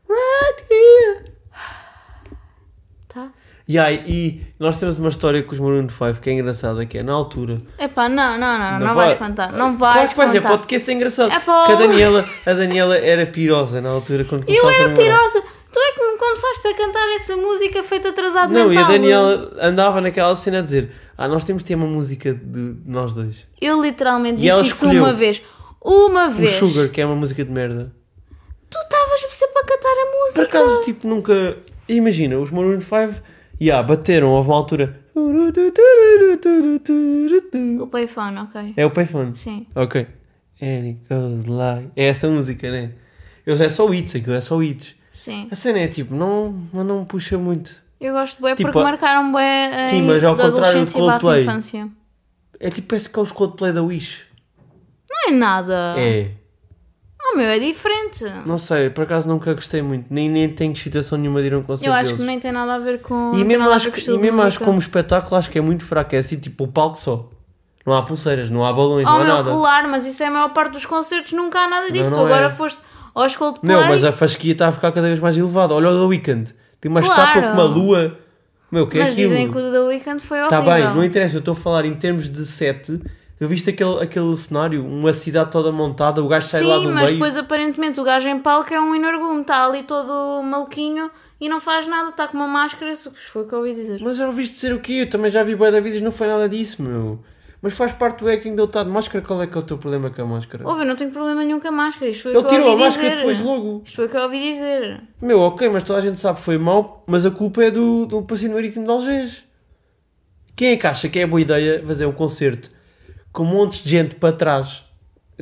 S1: tá?
S2: Yeah, e nós temos uma história com os Maroon 5 que é engraçada, que é na altura.
S1: Epá, não, não, não, não, vais contar. Não vais
S2: claro que vais,
S1: contar.
S2: é podcast é engraçado.
S1: É pá.
S2: Que a Daniela, a Daniela era pirosa na altura quando
S1: Eu
S2: começou a
S1: era
S2: namorar.
S1: pirosa. Tu é que me começaste a cantar essa música feita atrasado
S2: Não, e a
S1: mental.
S2: Daniela andava naquela cena a dizer: Ah, nós temos de ter uma música de de nós dois.
S1: Eu literalmente
S2: E
S1: disse
S2: ela
S1: isso
S2: escolheu.
S1: uma vez. Uma
S2: O
S1: vez.
S2: Sugar, que é uma música de merda.
S1: Tu estavas sempre para cantar a
S2: Por
S1: música.
S2: acaso, tipo, nunca. Imagina, os Maroon 5 yeah, bateram, houve uma altura.
S1: O payphone, ok.
S2: É o payphone.
S1: Sim.
S2: Ok. And it goes like. É essa música, né? Eles é só hits, aquilo é só hits.
S1: Sim.
S2: A cena é tipo, não, mas não puxa muito.
S1: Eu gosto bem
S2: Tipo,
S1: porque marcaram bem a
S2: sim, mas ao
S1: da
S2: contrário do
S1: adolescência e barra
S2: Coldplay.
S1: infância.
S2: É tipo, parece que é os Coldplay da Wish.
S1: Não é nada.
S2: É.
S1: Oh meu, é diferente.
S2: Não sei, por acaso nunca gostei muito. Nem, nem tenho excitação nenhuma de ir a um concerto
S1: Eu acho
S2: deles.
S1: que nem tem nada a ver com. não
S2: E
S1: tem
S2: mesmo,
S1: nada a
S2: acho,
S1: ver com o
S2: que-
S1: estilo
S2: e
S1: de
S2: mesmo acho
S1: música.
S2: como espetáculo, acho que é muito fraco. É assim, tipo, o palco só. Não há pulseiras, não há balões,
S1: Oh
S2: não há
S1: meu,
S2: nada.
S1: rolar, mas isso é a maior parte dos concertos, nunca há nada disso.
S2: não
S1: tu agora
S2: é.
S1: foste aos Coldplay.
S2: Meu, mas a fasquia está a ficar cada vez mais elevada. Olha o The Weeknd. Tem uma
S1: Claro.
S2: estátua com uma lua. Meu, o que é
S1: mas
S2: aquilo?
S1: dizem que o The Weeknd foi horrível.
S2: Está bem, não interessa, eu estou a falar em termos de set. Eu viste aquele, aquele cenário, uma cidade toda montada, o gajo sai lá
S1: Sim,
S2: do
S1: mas
S2: meio.
S1: depois aparentemente o gajo em palco é um inorgume, está ali todo maluquinho e não faz nada, está com uma máscara, isso foi o que eu ouvi dizer.
S2: Mas já ouviste dizer o quê? Eu também já vi bué da vídeos, não foi nada disso, meu. Mas faz parte do hacking de ele estar de máscara, qual é que é o teu problema com a máscara?
S1: Ouve, eu não tenho problema nenhum com a máscara, isto foi o
S2: ele
S1: que eu
S2: tirou a
S1: ouvi
S2: máscara
S1: dizer.
S2: depois logo.
S1: Isto foi o que eu ouvi dizer.
S2: Meu, ok, mas toda a gente sabe que foi mau, mas a culpa é do, do passeio marítimo de Algés. Quem é que acha que é boa ideia fazer um concerto com um monte de gente para trás,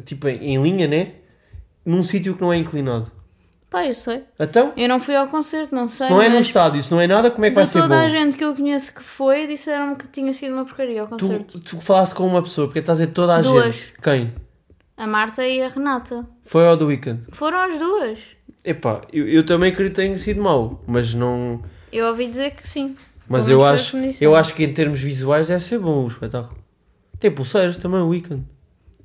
S2: tipo em, em linha, né? Num sítio que não é inclinado?
S1: Pá, eu sei.
S2: Então,
S1: Eu não fui ao concerto, não sei.
S2: se não é num
S1: mas
S2: estádio, se não é nada, como é que vai
S1: de
S2: ser
S1: toda a
S2: bom?
S1: gente que eu conheço que foi, disseram-me que tinha sido uma porcaria ao concerto.
S2: Tu, tu falaste com uma pessoa, porque estás a dizer toda a
S1: Duas.
S2: gente. Quem?
S1: A Marta e a Renata.
S2: Foi ao do Weekend.
S1: Foram as duas.
S2: Epá, eu, eu também acredito que tenha sido mau, mas não.
S1: Eu ouvi dizer que sim.
S2: Mas
S1: Pelo
S2: eu
S1: menos
S2: acho,
S1: foi o que me disseram.
S2: eu acho que em termos visuais deve ser bom o espetáculo. Tem pulseiras também, o Weekend.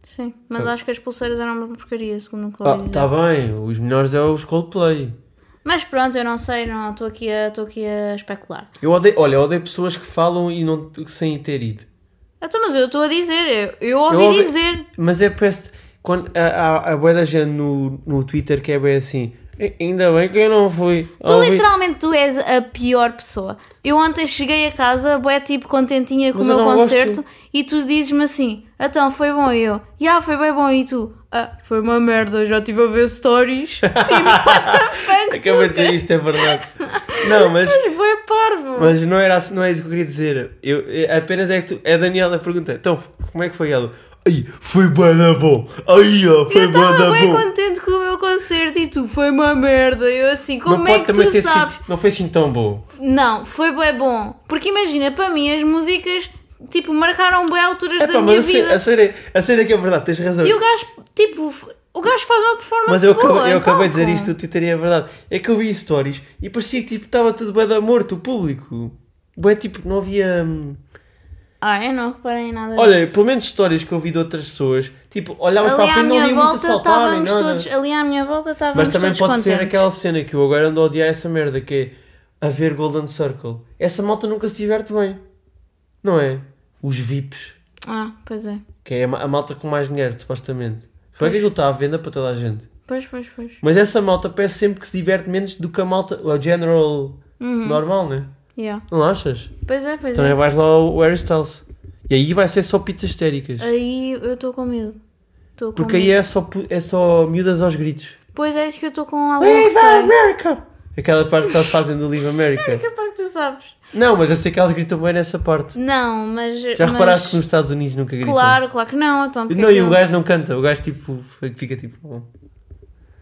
S1: Sim, mas acho que as pulseiras eram uma porcaria, segundo o que eu ouvi
S2: Ah,
S1: dizer.
S2: tá bem, os melhores é os Coldplay.
S1: Mas pronto, eu não sei, não estou aqui, a- estou aqui a especular.
S2: Eu odeio, olha, eu odeio pessoas que falam e não sem ter ido.
S1: Então, mas eu estou a dizer, eu, eu ouvi
S2: Eu ouvi-
S1: dizer.
S2: Mas é peste. Quando, há, há, há bué da gente no, no Twitter que é bem assim. "A- Ainda bem que eu não fui.
S1: Tu
S2: Ouvi."
S1: literalmente tu és a pior pessoa. Eu ontem cheguei a casa, boé tipo contentinha com
S2: Mas
S1: o
S2: eu
S1: meu
S2: não
S1: concerto, e tu dizes-me assim: então foi bom e eu, já foi bem bom, e tu, ah, foi uma merda, eu já estive a ver stories. tipo, what the fuck?
S2: Acabei de dizer isto, é verdade. não, mas,
S1: És bué parvo.
S2: mas não, era, assim- não é isso que eu queria dizer. Eu, é- apenas é que tu. É a Daniela a pergunta. Então, como é que foi ela? Ai, foi bué da bom. Ai, ó, foi
S1: eu
S2: bué da
S1: estava bem
S2: bom.
S1: contente com o meu concerto e tu foi uma merda. Eu assim, como é
S2: não pode
S1: que
S2: também
S1: tu
S2: ter
S1: sabes?
S2: sido. Não foi assim tão bom.
S1: Não, foi bem bom. Porque imagina, para mim as músicas tipo marcaram bem alturas
S2: É
S1: da
S2: pá,
S1: minha
S2: mas a cena,
S1: vida.
S2: a, cena é, a cena é que é verdade, tens razão.
S1: E o gajo, tipo, f- o gajo faz uma performance
S2: mas é eu
S1: boa.
S2: acabei, eu
S1: em
S2: acabei de dizer
S1: palco.
S2: isto, o Twitter e é verdade. É que eu vi stories e parecia que tipo, estava tudo bem de morto, o público. Bem, tipo, não havia. hum,
S1: Ah, eu não reparei em nada.
S2: Olha,
S1: disso.
S2: pelo menos histórias que eu vi de outras pessoas, tipo, olhavas para a
S1: ali à
S2: frente e não
S1: minha
S2: havia muito
S1: volta
S2: assaltar nem
S1: estávamos
S2: nada.
S1: todos, ali à minha volta estávamos
S2: Mas também
S1: todos
S2: pode
S1: contentes.
S2: ser aquela cena que eu agora ando a odiar essa merda que é a ver Golden Circle. Essa malta nunca se diverte bem, não é? Os VIPs.
S1: Ah, pois é.
S2: Que é a ma- a malta com mais dinheiro, supostamente. Para que aquilo está à venda para toda a gente.
S1: Pois, pois, pois.
S2: Mas essa malta parece sempre que se diverte menos do que a malta, a general normal, né?
S1: Yeah.
S2: Não achas?
S1: Uhum. Pois é, pois
S2: Também
S1: é.
S2: vais lá ao Harry Styles. E aí vai ser só pitas histéricas.
S1: Aí eu estou com medo. Estou com
S2: Porque
S1: medo.
S2: aí é só, pu- é só miúdas aos gritos.
S1: Pois é, isso que eu estou com algum
S2: Lisa
S1: receio.
S2: America! Aquela parte que elas fazem do Live America.
S1: Que parte tu sabes?
S2: Não, mas eu sei que elas gritam bem nessa parte.
S1: Não, mas...
S2: Já
S1: mas...
S2: reparaste que nos Estados Unidos nunca gritam?
S1: Claro, claro que não. Então, porque
S2: Não, e o
S1: aquilo-
S2: gajo não canta. O gajo tipo, fica tipo...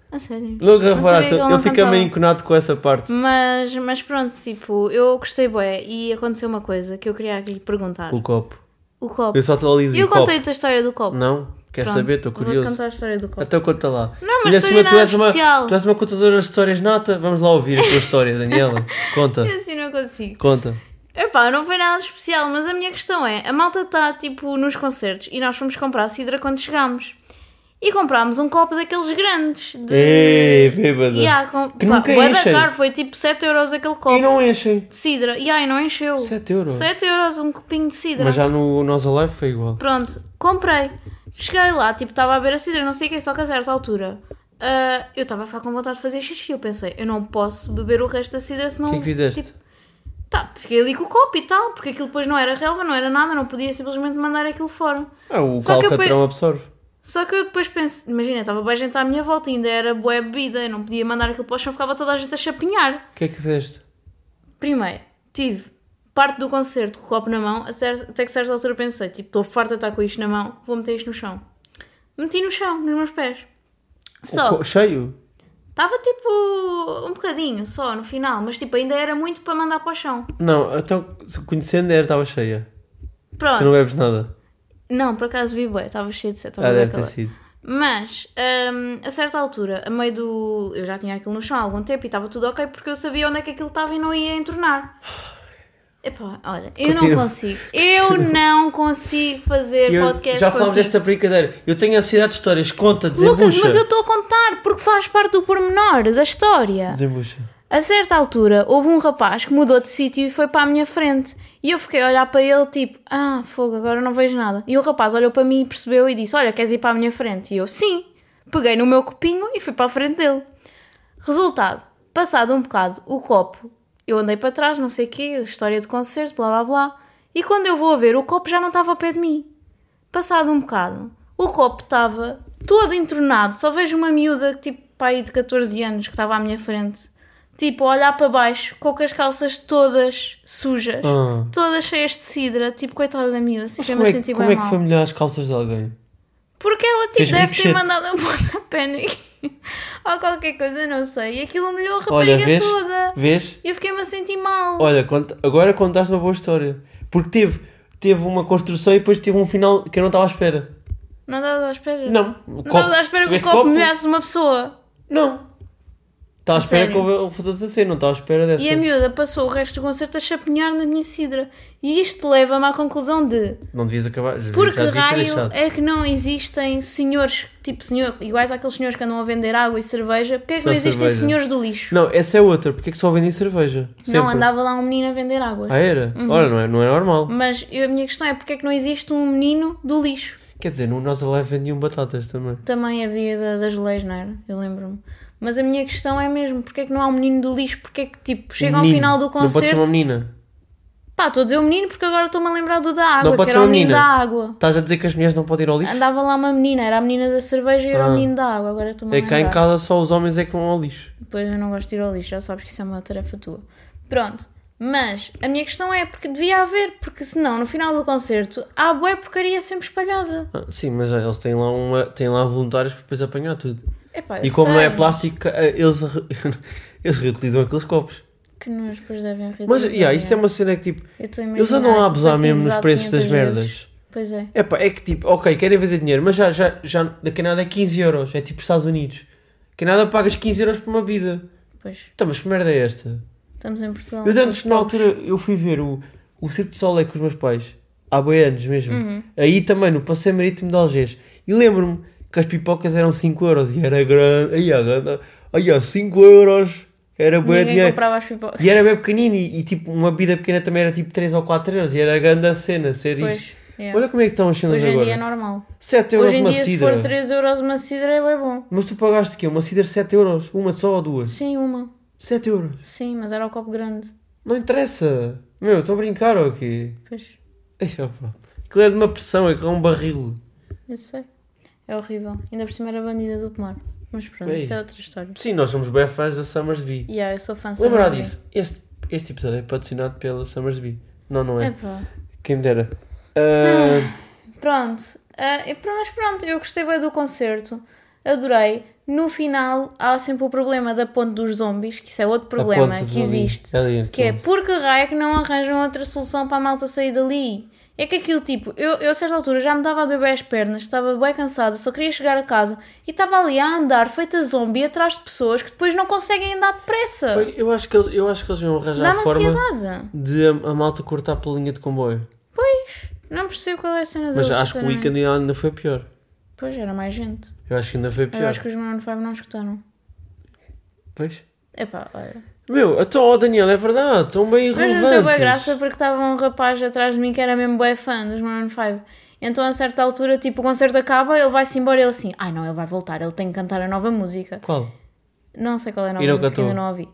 S1: A sério.
S2: Logo
S1: Não
S2: reparaste,
S1: sabia que ele
S2: eu,
S1: não
S2: fiquei meio
S1: cantava.
S2: enconado com essa parte.
S1: Mas, mas pronto, tipo, eu gostei bué e aconteceu uma coisa que eu queria aqui lhe perguntar.
S2: O
S1: O,
S2: copo.
S1: copo.
S2: Eu só estou ali de
S1: Eu
S2: copo.
S1: contei-te a história do copo.
S2: Não? Quer
S1: Pronto,
S2: saber? Estou
S1: Vou-te
S2: curioso.
S1: contar a história do copo.
S2: Então conta lá.
S1: Não, mas
S2: Ainda
S1: estou
S2: acima,
S1: em nada especial.
S2: uma, tu és uma contadora de histórias nata. Vamos lá ouvir a tua história, Daniela. Conta,
S1: Eu assim não consigo.
S2: conta.
S1: Epá, não foi nada especial, mas a minha questão é: a malta está tipo nos concertos e nós fomos comprar cidra quando chegámos. E comprámos um copo daqueles grandes. De...
S2: Ei, bêbada.
S1: Yeah, com...
S2: Que
S1: Pá,
S2: nunca
S1: bué da
S2: enchem.
S1: caro, foi tipo 7€ euros aquele copo
S2: E não enchem.
S1: de cidra. E ai, não encheu.
S2: 7 euros.
S1: 7 euros um copinho de cidra.
S2: Mas já no nosso live foi igual. é
S1: Pronto, comprei. Cheguei lá, tipo, estava a beber a cidra, não sei o que, só que a certa altura ah, eu estava a ficar com vontade de fazer xixi. Eu pensei, eu não posso beber o resto da cidra senão.
S2: O que é que fizeste?
S1: Tipo, tá, fiquei ali com o copo e tal, porque aquilo depois não era relva, não era nada, não podia simplesmente mandar aquilo fora.
S2: ah, o
S1: só que eu
S2: calcatrão absorve.
S1: Só que eu depois penso, imagina, estava bem gente à minha volta, ainda era boa bebida, eu não podia mandar aquilo para o chão, ficava toda a gente a chapinhar.
S2: O que é que fizeste?
S1: Primeiro, tive parte do concerto com o copo na mão, até, até que a certa altura pensei, tipo, estou farta de estar com isto na mão, vou meter isto no chão. Meti no chão, nos meus pés.
S2: O
S1: Só,
S2: co- cheio?
S1: estava tipo um bocadinho só no final, mas tipo, ainda era muito para mandar para o chão.
S2: Não, então, se conhecendo era, estava cheia.
S1: Pronto. Então
S2: Tu não bebes nada.
S1: Não, por acaso vi bué, estava cheio de sete.
S2: Ah, deve ter sido.
S1: Mas, hum, a certa altura, a meio do... Eu já tinha aquilo no chão há algum tempo e estava tudo ok porque eu sabia onde é que aquilo estava e não ia entornar. Epá, olha, eu não
S2: Continua.
S1: consigo. Eu não consigo fazer
S2: Eu-
S1: podcast
S2: já falámos
S1: contigo.
S2: desta brincadeira. Eu tenho ansiedade de histórias. Conta,
S1: Lucas,
S2: desembucha.
S1: mas eu estou a contar porque faz parte do pormenor da história.
S2: Desembucha.
S1: A certa altura, houve um rapaz que mudou de sítio e foi para a minha frente. E eu fiquei a olhar para ele, tipo, ah, fogo, agora não vejo nada. E o rapaz olhou para mim e percebeu e disse: Olha, queres ir para a minha frente? E eu, sim. Peguei no meu copinho e fui para a frente dele. Resultado: passado um bocado, o copo, eu andei para trás, não sei o quê, história de concerto, blá blá blá. E quando eu vou a ver, o copo já não estava ao pé de mim. Passado um bocado, o copo estava todo entornado. Só vejo uma miúda, tipo, pai de 14 anos, que estava à minha frente. Tipo, a olhar para baixo, com as calças todas sujas,
S2: Ah.
S1: todas cheias de sidra. Tipo, coitada da miúda, assim, já
S2: Como
S1: me
S2: é,
S1: senti
S2: que-
S1: bem
S2: como é que
S1: mal.
S2: foi melhor as calças de alguém?
S1: Porque ela, tipo,
S2: Fez
S1: deve ter
S2: ricochete.
S1: mandado um pontapé no... ou qualquer coisa, não sei. E aquilo molhou a rapariga
S2: Olha, vês?
S1: toda.
S2: Vês?
S1: E eu fiquei-me a sentir mal.
S2: Olha, conta- agora contaste uma boa história. Porque teve, teve uma construção e depois teve um final que eu não estava à espera.
S1: Não estavas à espera?
S2: Não. um
S1: Não estavas à espera que o
S2: este
S1: copo, molhasse uma pessoa.
S2: Não. Estava à
S1: A
S2: espera que
S1: sério?
S2: houve um o acontecer, não estava à espera dessa.
S1: E a miúda passou o resto do concerto a chapinhar na minha cidra. E isto leva-me à conclusão de...
S2: Não devias acabar. já
S1: Por que
S2: devias ter
S1: raio
S2: deixado.
S1: é que não existem senhores, tipo, senhor, iguais àqueles senhores que andam a vender água e cerveja? Porquê é que
S2: Só
S1: não existem
S2: cerveja.
S1: senhores do lixo?
S2: Não, essa é outra. Porque é que só vendem cerveja?
S1: Não,
S2: Sempre.
S1: andava Uhum. lá um menino a vender água.
S2: Ah, era? Olha, não é, não é normal.
S1: Mas eu- a minha questão é porque é que não existe um menino do lixo?
S2: Quer dizer, no nosso live vendiam um batatas também.
S1: Também havia da- das leis, não era? Eu lembro-me. Mas a minha questão é mesmo, porque é que não há um menino do lixo? Porque é que, tipo, chega ao
S2: Um Menino.
S1: final do
S2: Não pode ser uma
S1: concerto...
S2: menina.
S1: Pá, estou a dizer o menino porque agora estou-me a lembrar do da água,
S2: pode
S1: que
S2: ser
S1: era o
S2: uma
S1: menino da
S2: menina.
S1: água.
S2: Estás a dizer que as mulheres não podem ir ao lixo?
S1: Andava lá uma menina, era a menina da cerveja e era
S2: Ah.
S1: o menino da água, agora estou-me a
S2: É que cá
S1: lembrar.
S2: em casa só os homens é que vão ao lixo.
S1: Depois eu não gosto de ir ao lixo, já sabes que isso é uma tarefa tua. Pronto, mas a minha questão é porque devia haver, porque senão no final do concerto há bué porcaria sempre espalhada.
S2: Ah, sim, mas ah, eles têm lá, uma, têm lá voluntários para depois apanhar tudo.
S1: Epá, eu
S2: e como não é
S1: sei,
S2: plástico, ah, eles, re- eles reutilizam aqueles copos.
S1: Que nós depois devem rir.
S2: Mas, yeah, isso é uma cena que tipo,
S1: Eu estou a
S2: eles
S1: imaginar
S2: andam a
S1: que
S2: abusar
S1: foi
S2: mesmo nos
S1: pisado
S2: preços das
S1: 500 vezes.
S2: merdas.
S1: Pois é.
S2: É pá, é que tipo, ok, querem fazer dinheiro, mas já, já, já daqui a nada é 15 euros, é tipo Estados Unidos. Que nada pagas 15 euros por uma vida.
S1: Pois,
S2: Então, mas que merda é esta?
S1: estamos em Portugal.
S2: Eu de
S1: estamos
S2: antes, na
S1: pobres.
S2: altura, eu fui ver o, o Circo de Soleil com os meus pais. Há boi anos mesmo.
S1: Uhum.
S2: Aí também, no Passeio Marítimo de Algés. E lembro-me que as pipocas eram 5 euros e era grande. Aí, a grande. Aí, ó, 5 euros. Era bué
S1: Ninguém
S2: dinheiro.
S1: comprava as pipocas.
S2: E era bem pequenino. E, e, tipo, uma bebida pequena também era tipo 3 ou 4 euros. E era a grande a cena ser isso.
S1: Pois, yeah.
S2: Olha como é que estão as cenas
S1: Hoje em dia é
S2: agora.
S1: normal.
S2: 7 euros
S1: Hoje em
S2: uma
S1: dia, se
S2: cidra.
S1: for 3 euros uma cidra, é bem bom.
S2: Mas tu pagaste o quê? Uma cidra 7 euros? Uma só ou duas?
S1: Sim, uma.
S2: 7 euros.
S1: Sim, mas era o copo grande.
S2: Não interessa. Meu, estão a brincar ou quê?
S1: Pois,
S2: Ai, opa. Aquilo é de uma pressão, é que é um barril.
S1: eu sei. É horrível. Ainda por cima era bandida do pomar. Mas pronto,
S2: Ei.
S1: isso é outra história.
S2: Sim, nós somos bem fãs da Summersby.
S1: E yeah, eu sou fã de
S2: Lembrar
S1: Summersby.
S2: disso, este, este episódio é patrocinado pela Summersby. Não, não é.
S1: Epá.
S2: Quem me dera. Ah,
S1: Pronto. Ah, e pr- mas pronto, eu gostei bem do concerto. Adorei. No final há sempre o problema da ponte dos zombies, que isso é outro
S2: a
S1: problema
S2: ponte
S1: que
S2: de Londres.
S1: existe.
S2: Ali,
S1: Que é
S2: então.
S1: por que raio é que não arranjam outra solução para a malta sair dali? É que aquilo tipo, eu, eu a certa altura já me dava a doer bem as pernas, estava bem cansada, só queria chegar a casa e estava ali a andar feita zombie atrás de pessoas que depois não conseguem andar depressa.
S2: é. Foi- Eu acho que eles, eu acho que eles vão arranjar
S1: Dá-me
S2: a forma
S1: ansiedade.
S2: de a, a malta cortar pela linha de comboio.
S1: Pois, não percebo qual é a cena
S2: Mas
S1: deles,
S2: acho que o
S1: sinceramente.
S2: weekend ainda foi pior.
S1: Pois, era mais gente.
S2: Eu acho que ainda foi pior.
S1: Eu acho que os Maroon 5 não escutaram.
S2: Pois.
S1: Epá, olha.
S2: Meu, então, ó Daniel, é verdade, estão bem
S1: Mas
S2: irrelevantes.
S1: não teve boa graça porque estava um rapaz atrás de mim que era mesmo bué fã dos Maroon 5. Então a certa altura, tipo, o concerto acaba, ele vai-se embora e ele assim, ai não, ele vai voltar, ele tem que cantar a nova música.
S2: Qual?
S1: Não sei qual é a nova
S2: E não
S1: música,
S2: cantou.
S1: ainda não ouvi.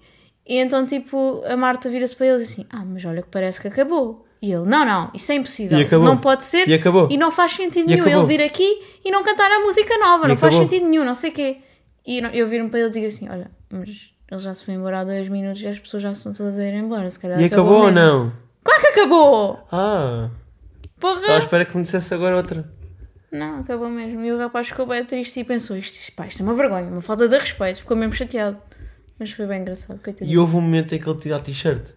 S1: E então, tipo, a Marta vira-se para ele e diz assim, ah, mas olha que parece que acabou. E ele, não, não, isso é impossível,
S2: E acabou.
S1: não pode ser.
S2: E acabou.
S1: E não faz sentido
S2: E
S1: nenhum
S2: acabou.
S1: ele vir aqui e não cantar a música nova,
S2: E
S1: não faz
S2: acabou.
S1: sentido nenhum, não sei o quê. E não- eu viro-me para ele e digo assim, olha, mas ele já se foi embora há dois minutos e as pessoas já se estão todas a ir embora, se calhar
S2: E acabou ou
S1: mesmo."
S2: não?
S1: Claro que acabou!
S2: Ah, estava à
S1: Porra!
S2: espera que me dissesse agora outra.
S1: Não, acabou mesmo. E o rapaz ficou bem triste e pensou isto, isto, pá, isto é uma vergonha, uma falta de respeito. Ficou mesmo chateado. Mas foi bem engraçado, coitadinho.
S2: E houve um momento em que ele tira a t-shirt.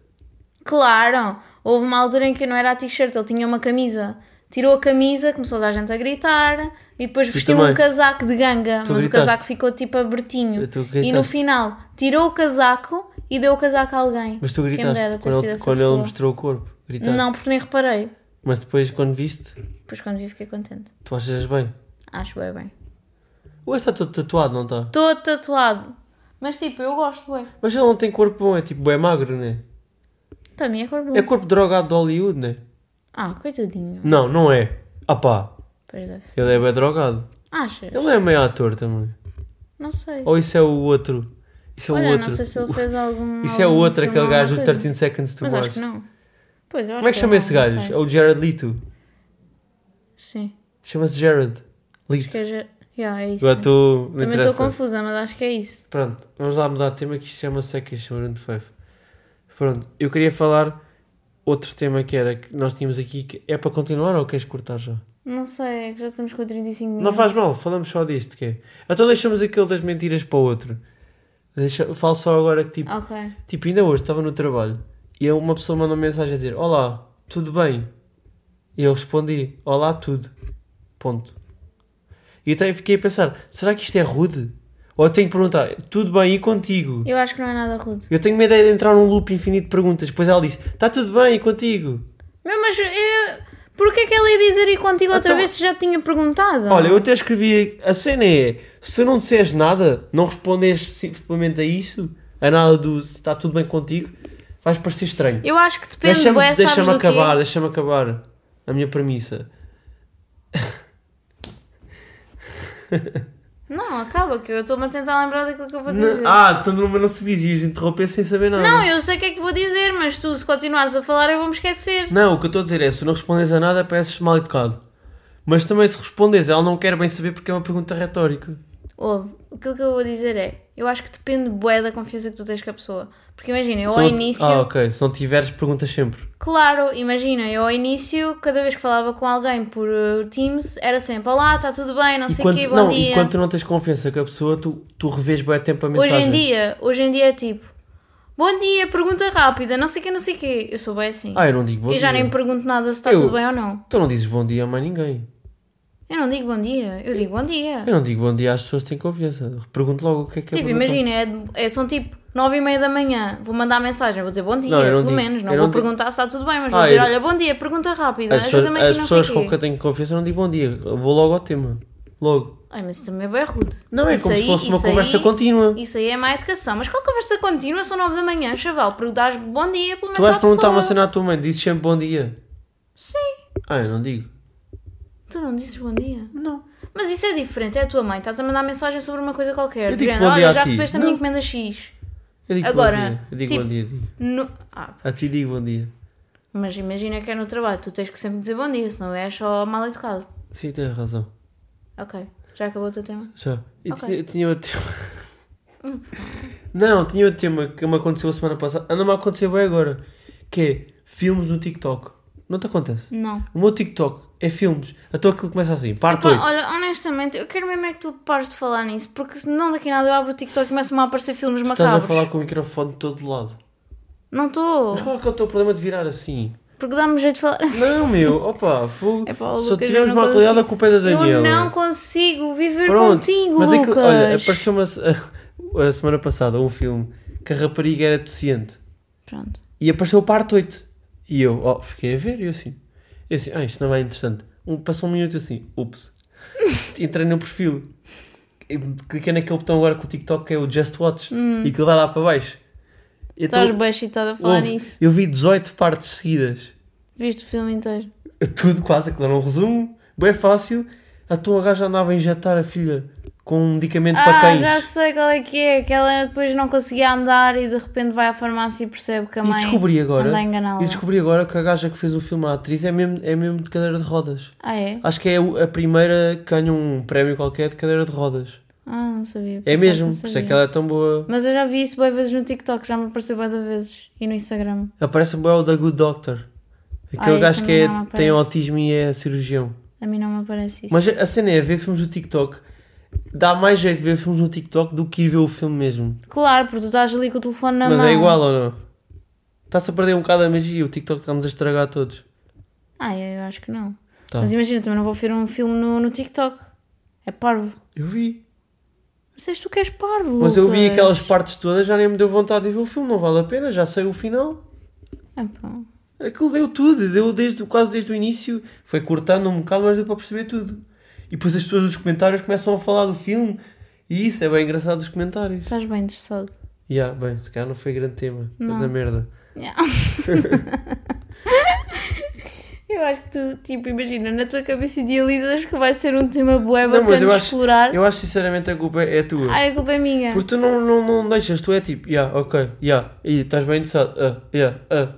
S1: Claro! Houve uma altura em que não era a t-shirt, ele tinha uma camisa. Tirou a camisa, começou a dar gente a gritar e depois vestiu
S2: também.
S1: um casaco de ganga,
S2: Tu
S1: mas o
S2: gritaste.
S1: casaco ficou tipo abertinho.
S2: Tu
S1: E no
S2: gritaste.
S1: final tirou o casaco e deu o casaco a alguém.
S2: Mas tu
S1: Quem me dera
S2: gritaste
S1: ter
S2: quando,
S1: sido
S2: ele,
S1: essa
S2: quando ele
S1: pessoa.
S2: mostrou o corpo. Gritaste.
S1: Não, porque nem reparei.
S2: Mas depois, quando viste,
S1: Depois quando vi fiquei contente.
S2: tu achas bem.
S1: Acho bem bem.
S2: Ou está todo tatuado, não está?
S1: Todo tatuado. Mas tipo, eu gosto bem.
S2: Mas ele não tem corpo bom, é tipo, é magro, né?
S1: Para mim é cor bom.
S2: É corpo drogado de Hollywood, né?
S1: Ah, coitadinho.
S2: Não, não é. Ah pá,
S1: Pois deve ser.
S2: ele é bem drogado.
S1: Achas?
S2: Ele é meio ator também.
S1: Não sei.
S2: Ou isso é o outro? Isso é
S1: Olha,
S2: o outro.
S1: não sei se ele fez algum.
S2: Isso é o
S1: algum
S2: outro,
S1: filme,
S2: aquele
S1: alguma
S2: gajo do
S1: coisa.
S2: 13 Seconds to
S1: Mas
S2: Mars.
S1: acho que não. Pois, eu acho
S2: Como é que
S1: ele
S2: chama
S1: não,
S2: esse
S1: não
S2: gajo?
S1: sei.
S2: É o Jared Leto.
S1: Sim.
S2: Chama-se Jared
S1: Acho que
S2: Leto.
S1: é. já- Yeah, é isso.
S2: Agora
S1: né?
S2: estou. não
S1: Também estou
S2: interessa.
S1: confusa, mas acho que é isso.
S2: Pronto, vamos lá mudar de tema que isto é chama-se Secas Chorando Five. Pronto, eu queria falar outro tema que era que nós tínhamos aqui. Que é para continuar ou queres cortar já?
S1: Não sei, é que já estamos com 35 minutos.
S2: Não faz mal, falamos só disto. Que é. Então deixamos aquele das mentiras para o outro. Deixa, falo só agora que tipo,
S1: Ok.
S2: tipo, ainda hoje estava no trabalho e uma pessoa mandou mensagem a dizer: Olá, tudo bem? E eu respondi: Olá, tudo. Ponto. E até fiquei a pensar: será que isto é rude? Ou eu tenho que perguntar: tudo bem e contigo?
S1: Eu acho que não é nada rude.
S2: Eu tenho medo é de entrar num loop infinito de perguntas. Depois ela disse: Está tudo bem e contigo?
S1: Meu, mas eu... Porquê é que ela ia dizer ir contigo outra
S2: Então-
S1: vez se já tinha perguntado?
S2: Olha, eu até escrevi: A cena é, se tu não disseres nada, não respondes simplesmente a isso, a nada do se está tudo bem contigo, vais parecer estranho.
S1: Eu acho que depende,
S2: Deixa-me
S1: bué, sabes
S2: deixa-me
S1: do quê?
S2: acabar, deixa-me acabar a minha premissa.
S1: Não, acaba, que eu estou-me a tentar lembrar daquilo que eu vou
S2: Não-
S1: dizer.
S2: ah, então não, mas não se vizias interromper sem saber nada.
S1: Não, eu sei o que é que vou dizer, mas tu, se continuares a falar, eu vou-me esquecer.
S2: Não, o que eu estou a dizer é: se tu não respondes a nada, pareces mal educado. Mas também se respondes, ela não quer bem saber porque é uma pergunta retórica.
S1: Ouve, aquilo que eu vou dizer é, eu acho que depende bué da confiança que tu tens com a pessoa. Porque imagina, eu
S2: Se
S1: ao
S2: não-
S1: início,
S2: Ah, ok. Se não tiveres, perguntas sempre.
S1: claro, imagina, eu ao início, cada vez que falava com alguém por uh, Teams, era sempre, olá, está tudo bem, não
S2: E
S1: sei o
S2: quando,
S1: quê, bom
S2: não,
S1: dia.
S2: e quando tu não tens confiança com a pessoa, tu, tu revês bem tempo a
S1: Hoje
S2: mensagem.
S1: em dia, hoje em dia é tipo, bom dia, pergunta rápida, não sei o quê, não sei o quê. Eu sou bem assim.
S2: Ah, eu não digo bom
S1: eu
S2: dia.
S1: já nem pergunto nada se está
S2: Eu-
S1: tudo bem ou não.
S2: Tu não dizes bom dia a mais ninguém.
S1: Eu não digo bom dia, eu digo bom dia.
S2: Eu não digo bom dia às pessoas que têm confiança. Pergunto logo o que é que é
S1: Tipo,
S2: perguntar.
S1: imagina, é, é- são tipo nove e meia da manhã, vou mandar mensagem, vou dizer bom dia,
S2: Não, um eu não
S1: pelo
S2: digo-
S1: menos, não
S2: eu
S1: vou
S2: não digo-
S1: perguntar se está tudo bem, mas vou
S2: Ah,
S1: dizer,
S2: eu-
S1: olha, bom dia, pergunta rápida,
S2: As pessoas,
S1: ajuda-me aqui,
S2: as
S1: não
S2: pessoas
S1: sei
S2: com
S1: o
S2: que eu
S1: quê.
S2: tenho confiança eu não digo bom dia. Eu vou logo ao tema. Logo.
S1: Ai, mas isso também é bem rude.
S2: Não, é
S1: Isso
S2: como se
S1: aí-
S2: fosse uma
S1: isso
S2: conversa
S1: aí-
S2: contínua.
S1: Isso aí é má educação, mas qual conversa contínua são nove da manhã, chaval, perguntas bom dia, pelo menos
S2: Tu vais
S1: à
S2: perguntar
S1: pessoa.
S2: uma cena à tua mãe, dizes sempre bom dia.
S1: Sim,
S2: Ah, eu não digo.
S1: tu não dizes bom dia.
S2: Não.
S1: Mas isso é diferente, é a tua mãe, estás a mandar mensagem sobre uma coisa qualquer,
S2: Eu
S1: do
S2: digo
S1: género,
S2: bom dia
S1: olha,
S2: a
S1: já
S2: ti.
S1: recebeste a minha
S2: Não.
S1: encomenda X.
S2: Eu digo
S1: Agora,
S2: bom dia. Eu digo
S1: tipo-
S2: bom dia. digo.
S1: No... Ah,
S2: A ti digo bom dia.
S1: mas imagina que é no trabalho, tu tens que sempre dizer bom dia, senão és só mal educado.
S2: Sim, tens razão.
S1: Ok, já acabou o teu tema?
S2: Já. Eu
S1: Ok. Hum.
S2: tinha, eu tinha outro tema. Não, tinha outro tema que me aconteceu a semana passada. Ah, Anda-me a acontecer bem agora. Que é filmes no TikTok. Não te acontece?
S1: Não.
S2: O meu TikTok é filmes. Então aquilo começa assim. Parte
S1: Epá,
S2: 8.
S1: olha, honestamente, eu quero mesmo é que tu pares de falar nisso, porque senão daqui a nada eu abro o TikTok e começam-me a aparecer filmes
S2: Estás a
S1: macabros.
S2: falar com o microfone de todo lado.
S1: Não estou,
S2: Mas qual é, que é o teu problema de virar assim?
S1: porque dá-me jeito de falar assim.
S2: Não, meu. Opa, fogo.
S1: É pá, o Lucas,
S2: Só
S1: eu
S2: tivemos
S1: não
S2: uma
S1: consigo.
S2: qualidade a culpa é da
S1: Eu
S2: Daniela.
S1: não consigo viver contigo,
S2: mas é que-
S1: Lucas.
S2: olha, apareceu-me a, a semana passada um filme que a rapariga era deficiente.
S1: Pronto.
S2: E apareceu o parte 8. E eu, ó, fiquei a ver, e eu assim. Eu assim, ah, isto não é interessante. Um, passou um minuto eu assim, ups. Entrei no perfil. E cliquei naquele botão agora com o TikTok que é o Just Watch. E que vai lá para baixo. Então,
S1: Hum. Estás bem excitada a falar
S2: houve-
S1: nisso.
S2: Eu vi 18 partes seguidas.
S1: Viste o filme inteiro.
S2: Tudo quase, aquilo era um resumo. Bem fácil. Então A tua gaja andava a injetar a filha com um medicamento para
S1: Ah,
S2: cães.
S1: já sei qual é que é, que ela depois não conseguia andar e de repente vai à farmácia e percebe que a
S2: E
S1: mãe
S2: descobri agora.
S1: anda a enganá-la.
S2: E descobri agora que a gaja que fez o filme, a atriz, é mesmo, é mesmo de cadeira de rodas.
S1: Ah, é?
S2: Acho que é o- a primeira que ganha um prémio qualquer de cadeira de rodas.
S1: Ah, não sabia. por
S2: É
S1: acaso
S2: mesmo,
S1: não
S2: por isso é
S1: sabia.
S2: que ela é tão boa.
S1: Mas eu já vi isso bem vezes no TikTok, já me apareceu bem vezes. E no Instagram.
S2: Aparece bem o da Good Doctor. Aquele
S1: Ah,
S2: gajo
S1: esse
S2: que é-
S1: não me
S2: tem
S1: aparece.
S2: autismo e é cirurgião.
S1: A mim não me aparece isso.
S2: Mas a cena é ver filmes no TikTok. Dá mais jeito de ver filmes no TikTok do que ir ver o filme mesmo.
S1: Claro, porque tu estás ali com o telefone na
S2: Mas
S1: mão.
S2: é igual ou não? Está-se a perder um bocado a magia. O TikTok está-nos a estragar a todos.
S1: Ah, eu acho que não.
S2: Tá.
S1: Mas imagina, também não vou ver um filme no, no TikTok. É parvo.
S2: Eu vi.
S1: Mas és tu que és parvo, Lucas.
S2: Mas eu vi aquelas partes todas, já nem me deu vontade de ver o filme. Não vale a pena, já sei o final.
S1: Ah, pá.
S2: Aquilo deu tudo, deu desde, quase desde o início. Foi cortando um bocado, mas deu para perceber tudo. E depois as pessoas nos comentários começam a falar do filme. E isso é bem engraçado os comentários.
S1: Estás bem interessado.
S2: Ya, bem, se calhar não foi grande tema.
S1: Não.
S2: Não. Da merda.
S1: Yeah. eu acho que tu, tipo, imagina, na tua cabeça idealizas que vai ser um tema bué
S2: Não, mas
S1: bacana
S2: eu
S1: de
S2: acho-
S1: explorar.
S2: Eu acho sinceramente a culpa é tua.
S1: Ai, a culpa é minha.
S2: Porque tu não, não, não deixas, tu é tipo, ya, ok, ya, e estás bem interessado, ah, ya, ah.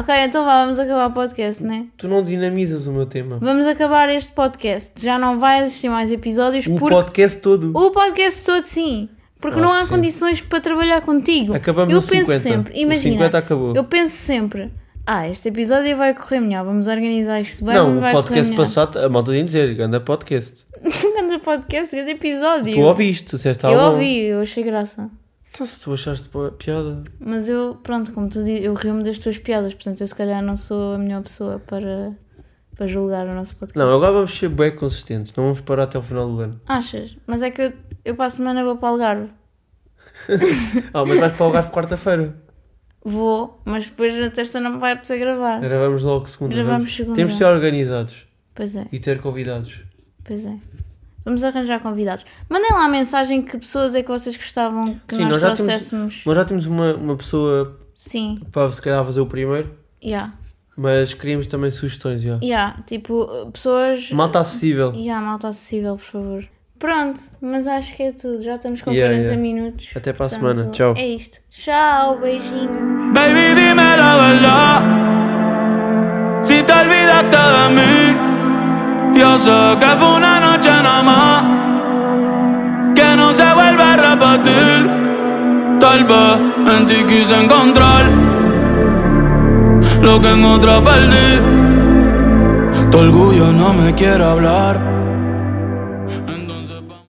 S1: Ok, então vá, vamos acabar o podcast, né?
S2: Tu não dinamizas o meu tema.
S1: Vamos acabar este podcast. Já não vai existir mais episódios
S2: O
S1: porque
S2: Um podcast todo.
S1: o podcast todo sim. Porque
S2: Eu
S1: não
S2: acho
S1: há
S2: que sim.
S1: condições para trabalhar contigo.
S2: Acabamos
S1: eu
S2: no 50.
S1: penso sempre,
S2: O
S1: imagina,
S2: 50 acabou.
S1: eu penso sempre, ah, este episódio vai correr melhor, vamos organizar isto bem,
S2: não, o
S1: vai
S2: podcast
S1: correr melhor. Um
S2: passado, a malta ia dizer, anda podcast.
S1: grande podcast, grande episódio.
S2: Tu ouviste, tu disseste
S1: eu
S2: algo.
S1: ouvi, eu achei graça.
S2: Então se tu achaste boa piada.
S1: Mas eu, pronto, como tu dizes, eu rio-me das tuas piadas, portanto eu se calhar não sou a melhor pessoa para, para julgar o nosso podcast.
S2: Não, agora vamos ser bem consistentes, não vamos parar até o final do ano.
S1: Achas? Mas é que eu, eu para a semana vou para o Algarve.
S2: Ah, mas vais para o Algarve quarta-feira.
S1: Vou, mas depois na terça não vai poder gravar.
S2: Gravamos logo segunda.
S1: Gravamos
S2: vamos-
S1: segunda.
S2: Temos de ser organizados
S1: Pois é,
S2: e ter convidados.
S1: pois é. Vamos arranjar convidados. Mandem lá a mensagem que pessoas é que vocês gostavam que
S2: Sim,
S1: nós,
S2: nós já temos-
S1: trouxéssemos.
S2: Nós já temos uma, uma pessoa
S1: Sim,
S2: para se calhar fazer o primeiro,
S1: já.
S2: mas queríamos também sugestões, já.
S1: já Tipo, pessoas.
S2: Malta acessível.
S1: Ya, malta acessível, por favor. Pronto, mas acho que é tudo. Já estamos com
S2: Ya,
S1: 40
S2: ya.
S1: minutos.
S2: Até para a
S1: Portanto,
S2: semana. Tchau.
S1: É isto. Tchau, beijinhos.
S3: Baby, dímelo, ¿verdad? Si te olvidaste de mí, yo sé que fue una noche nada más. Que no se vuelve a repetir. Tal vez en ti quise encontrar lo que en otra perdí. Tu orgullo no me quiere hablar.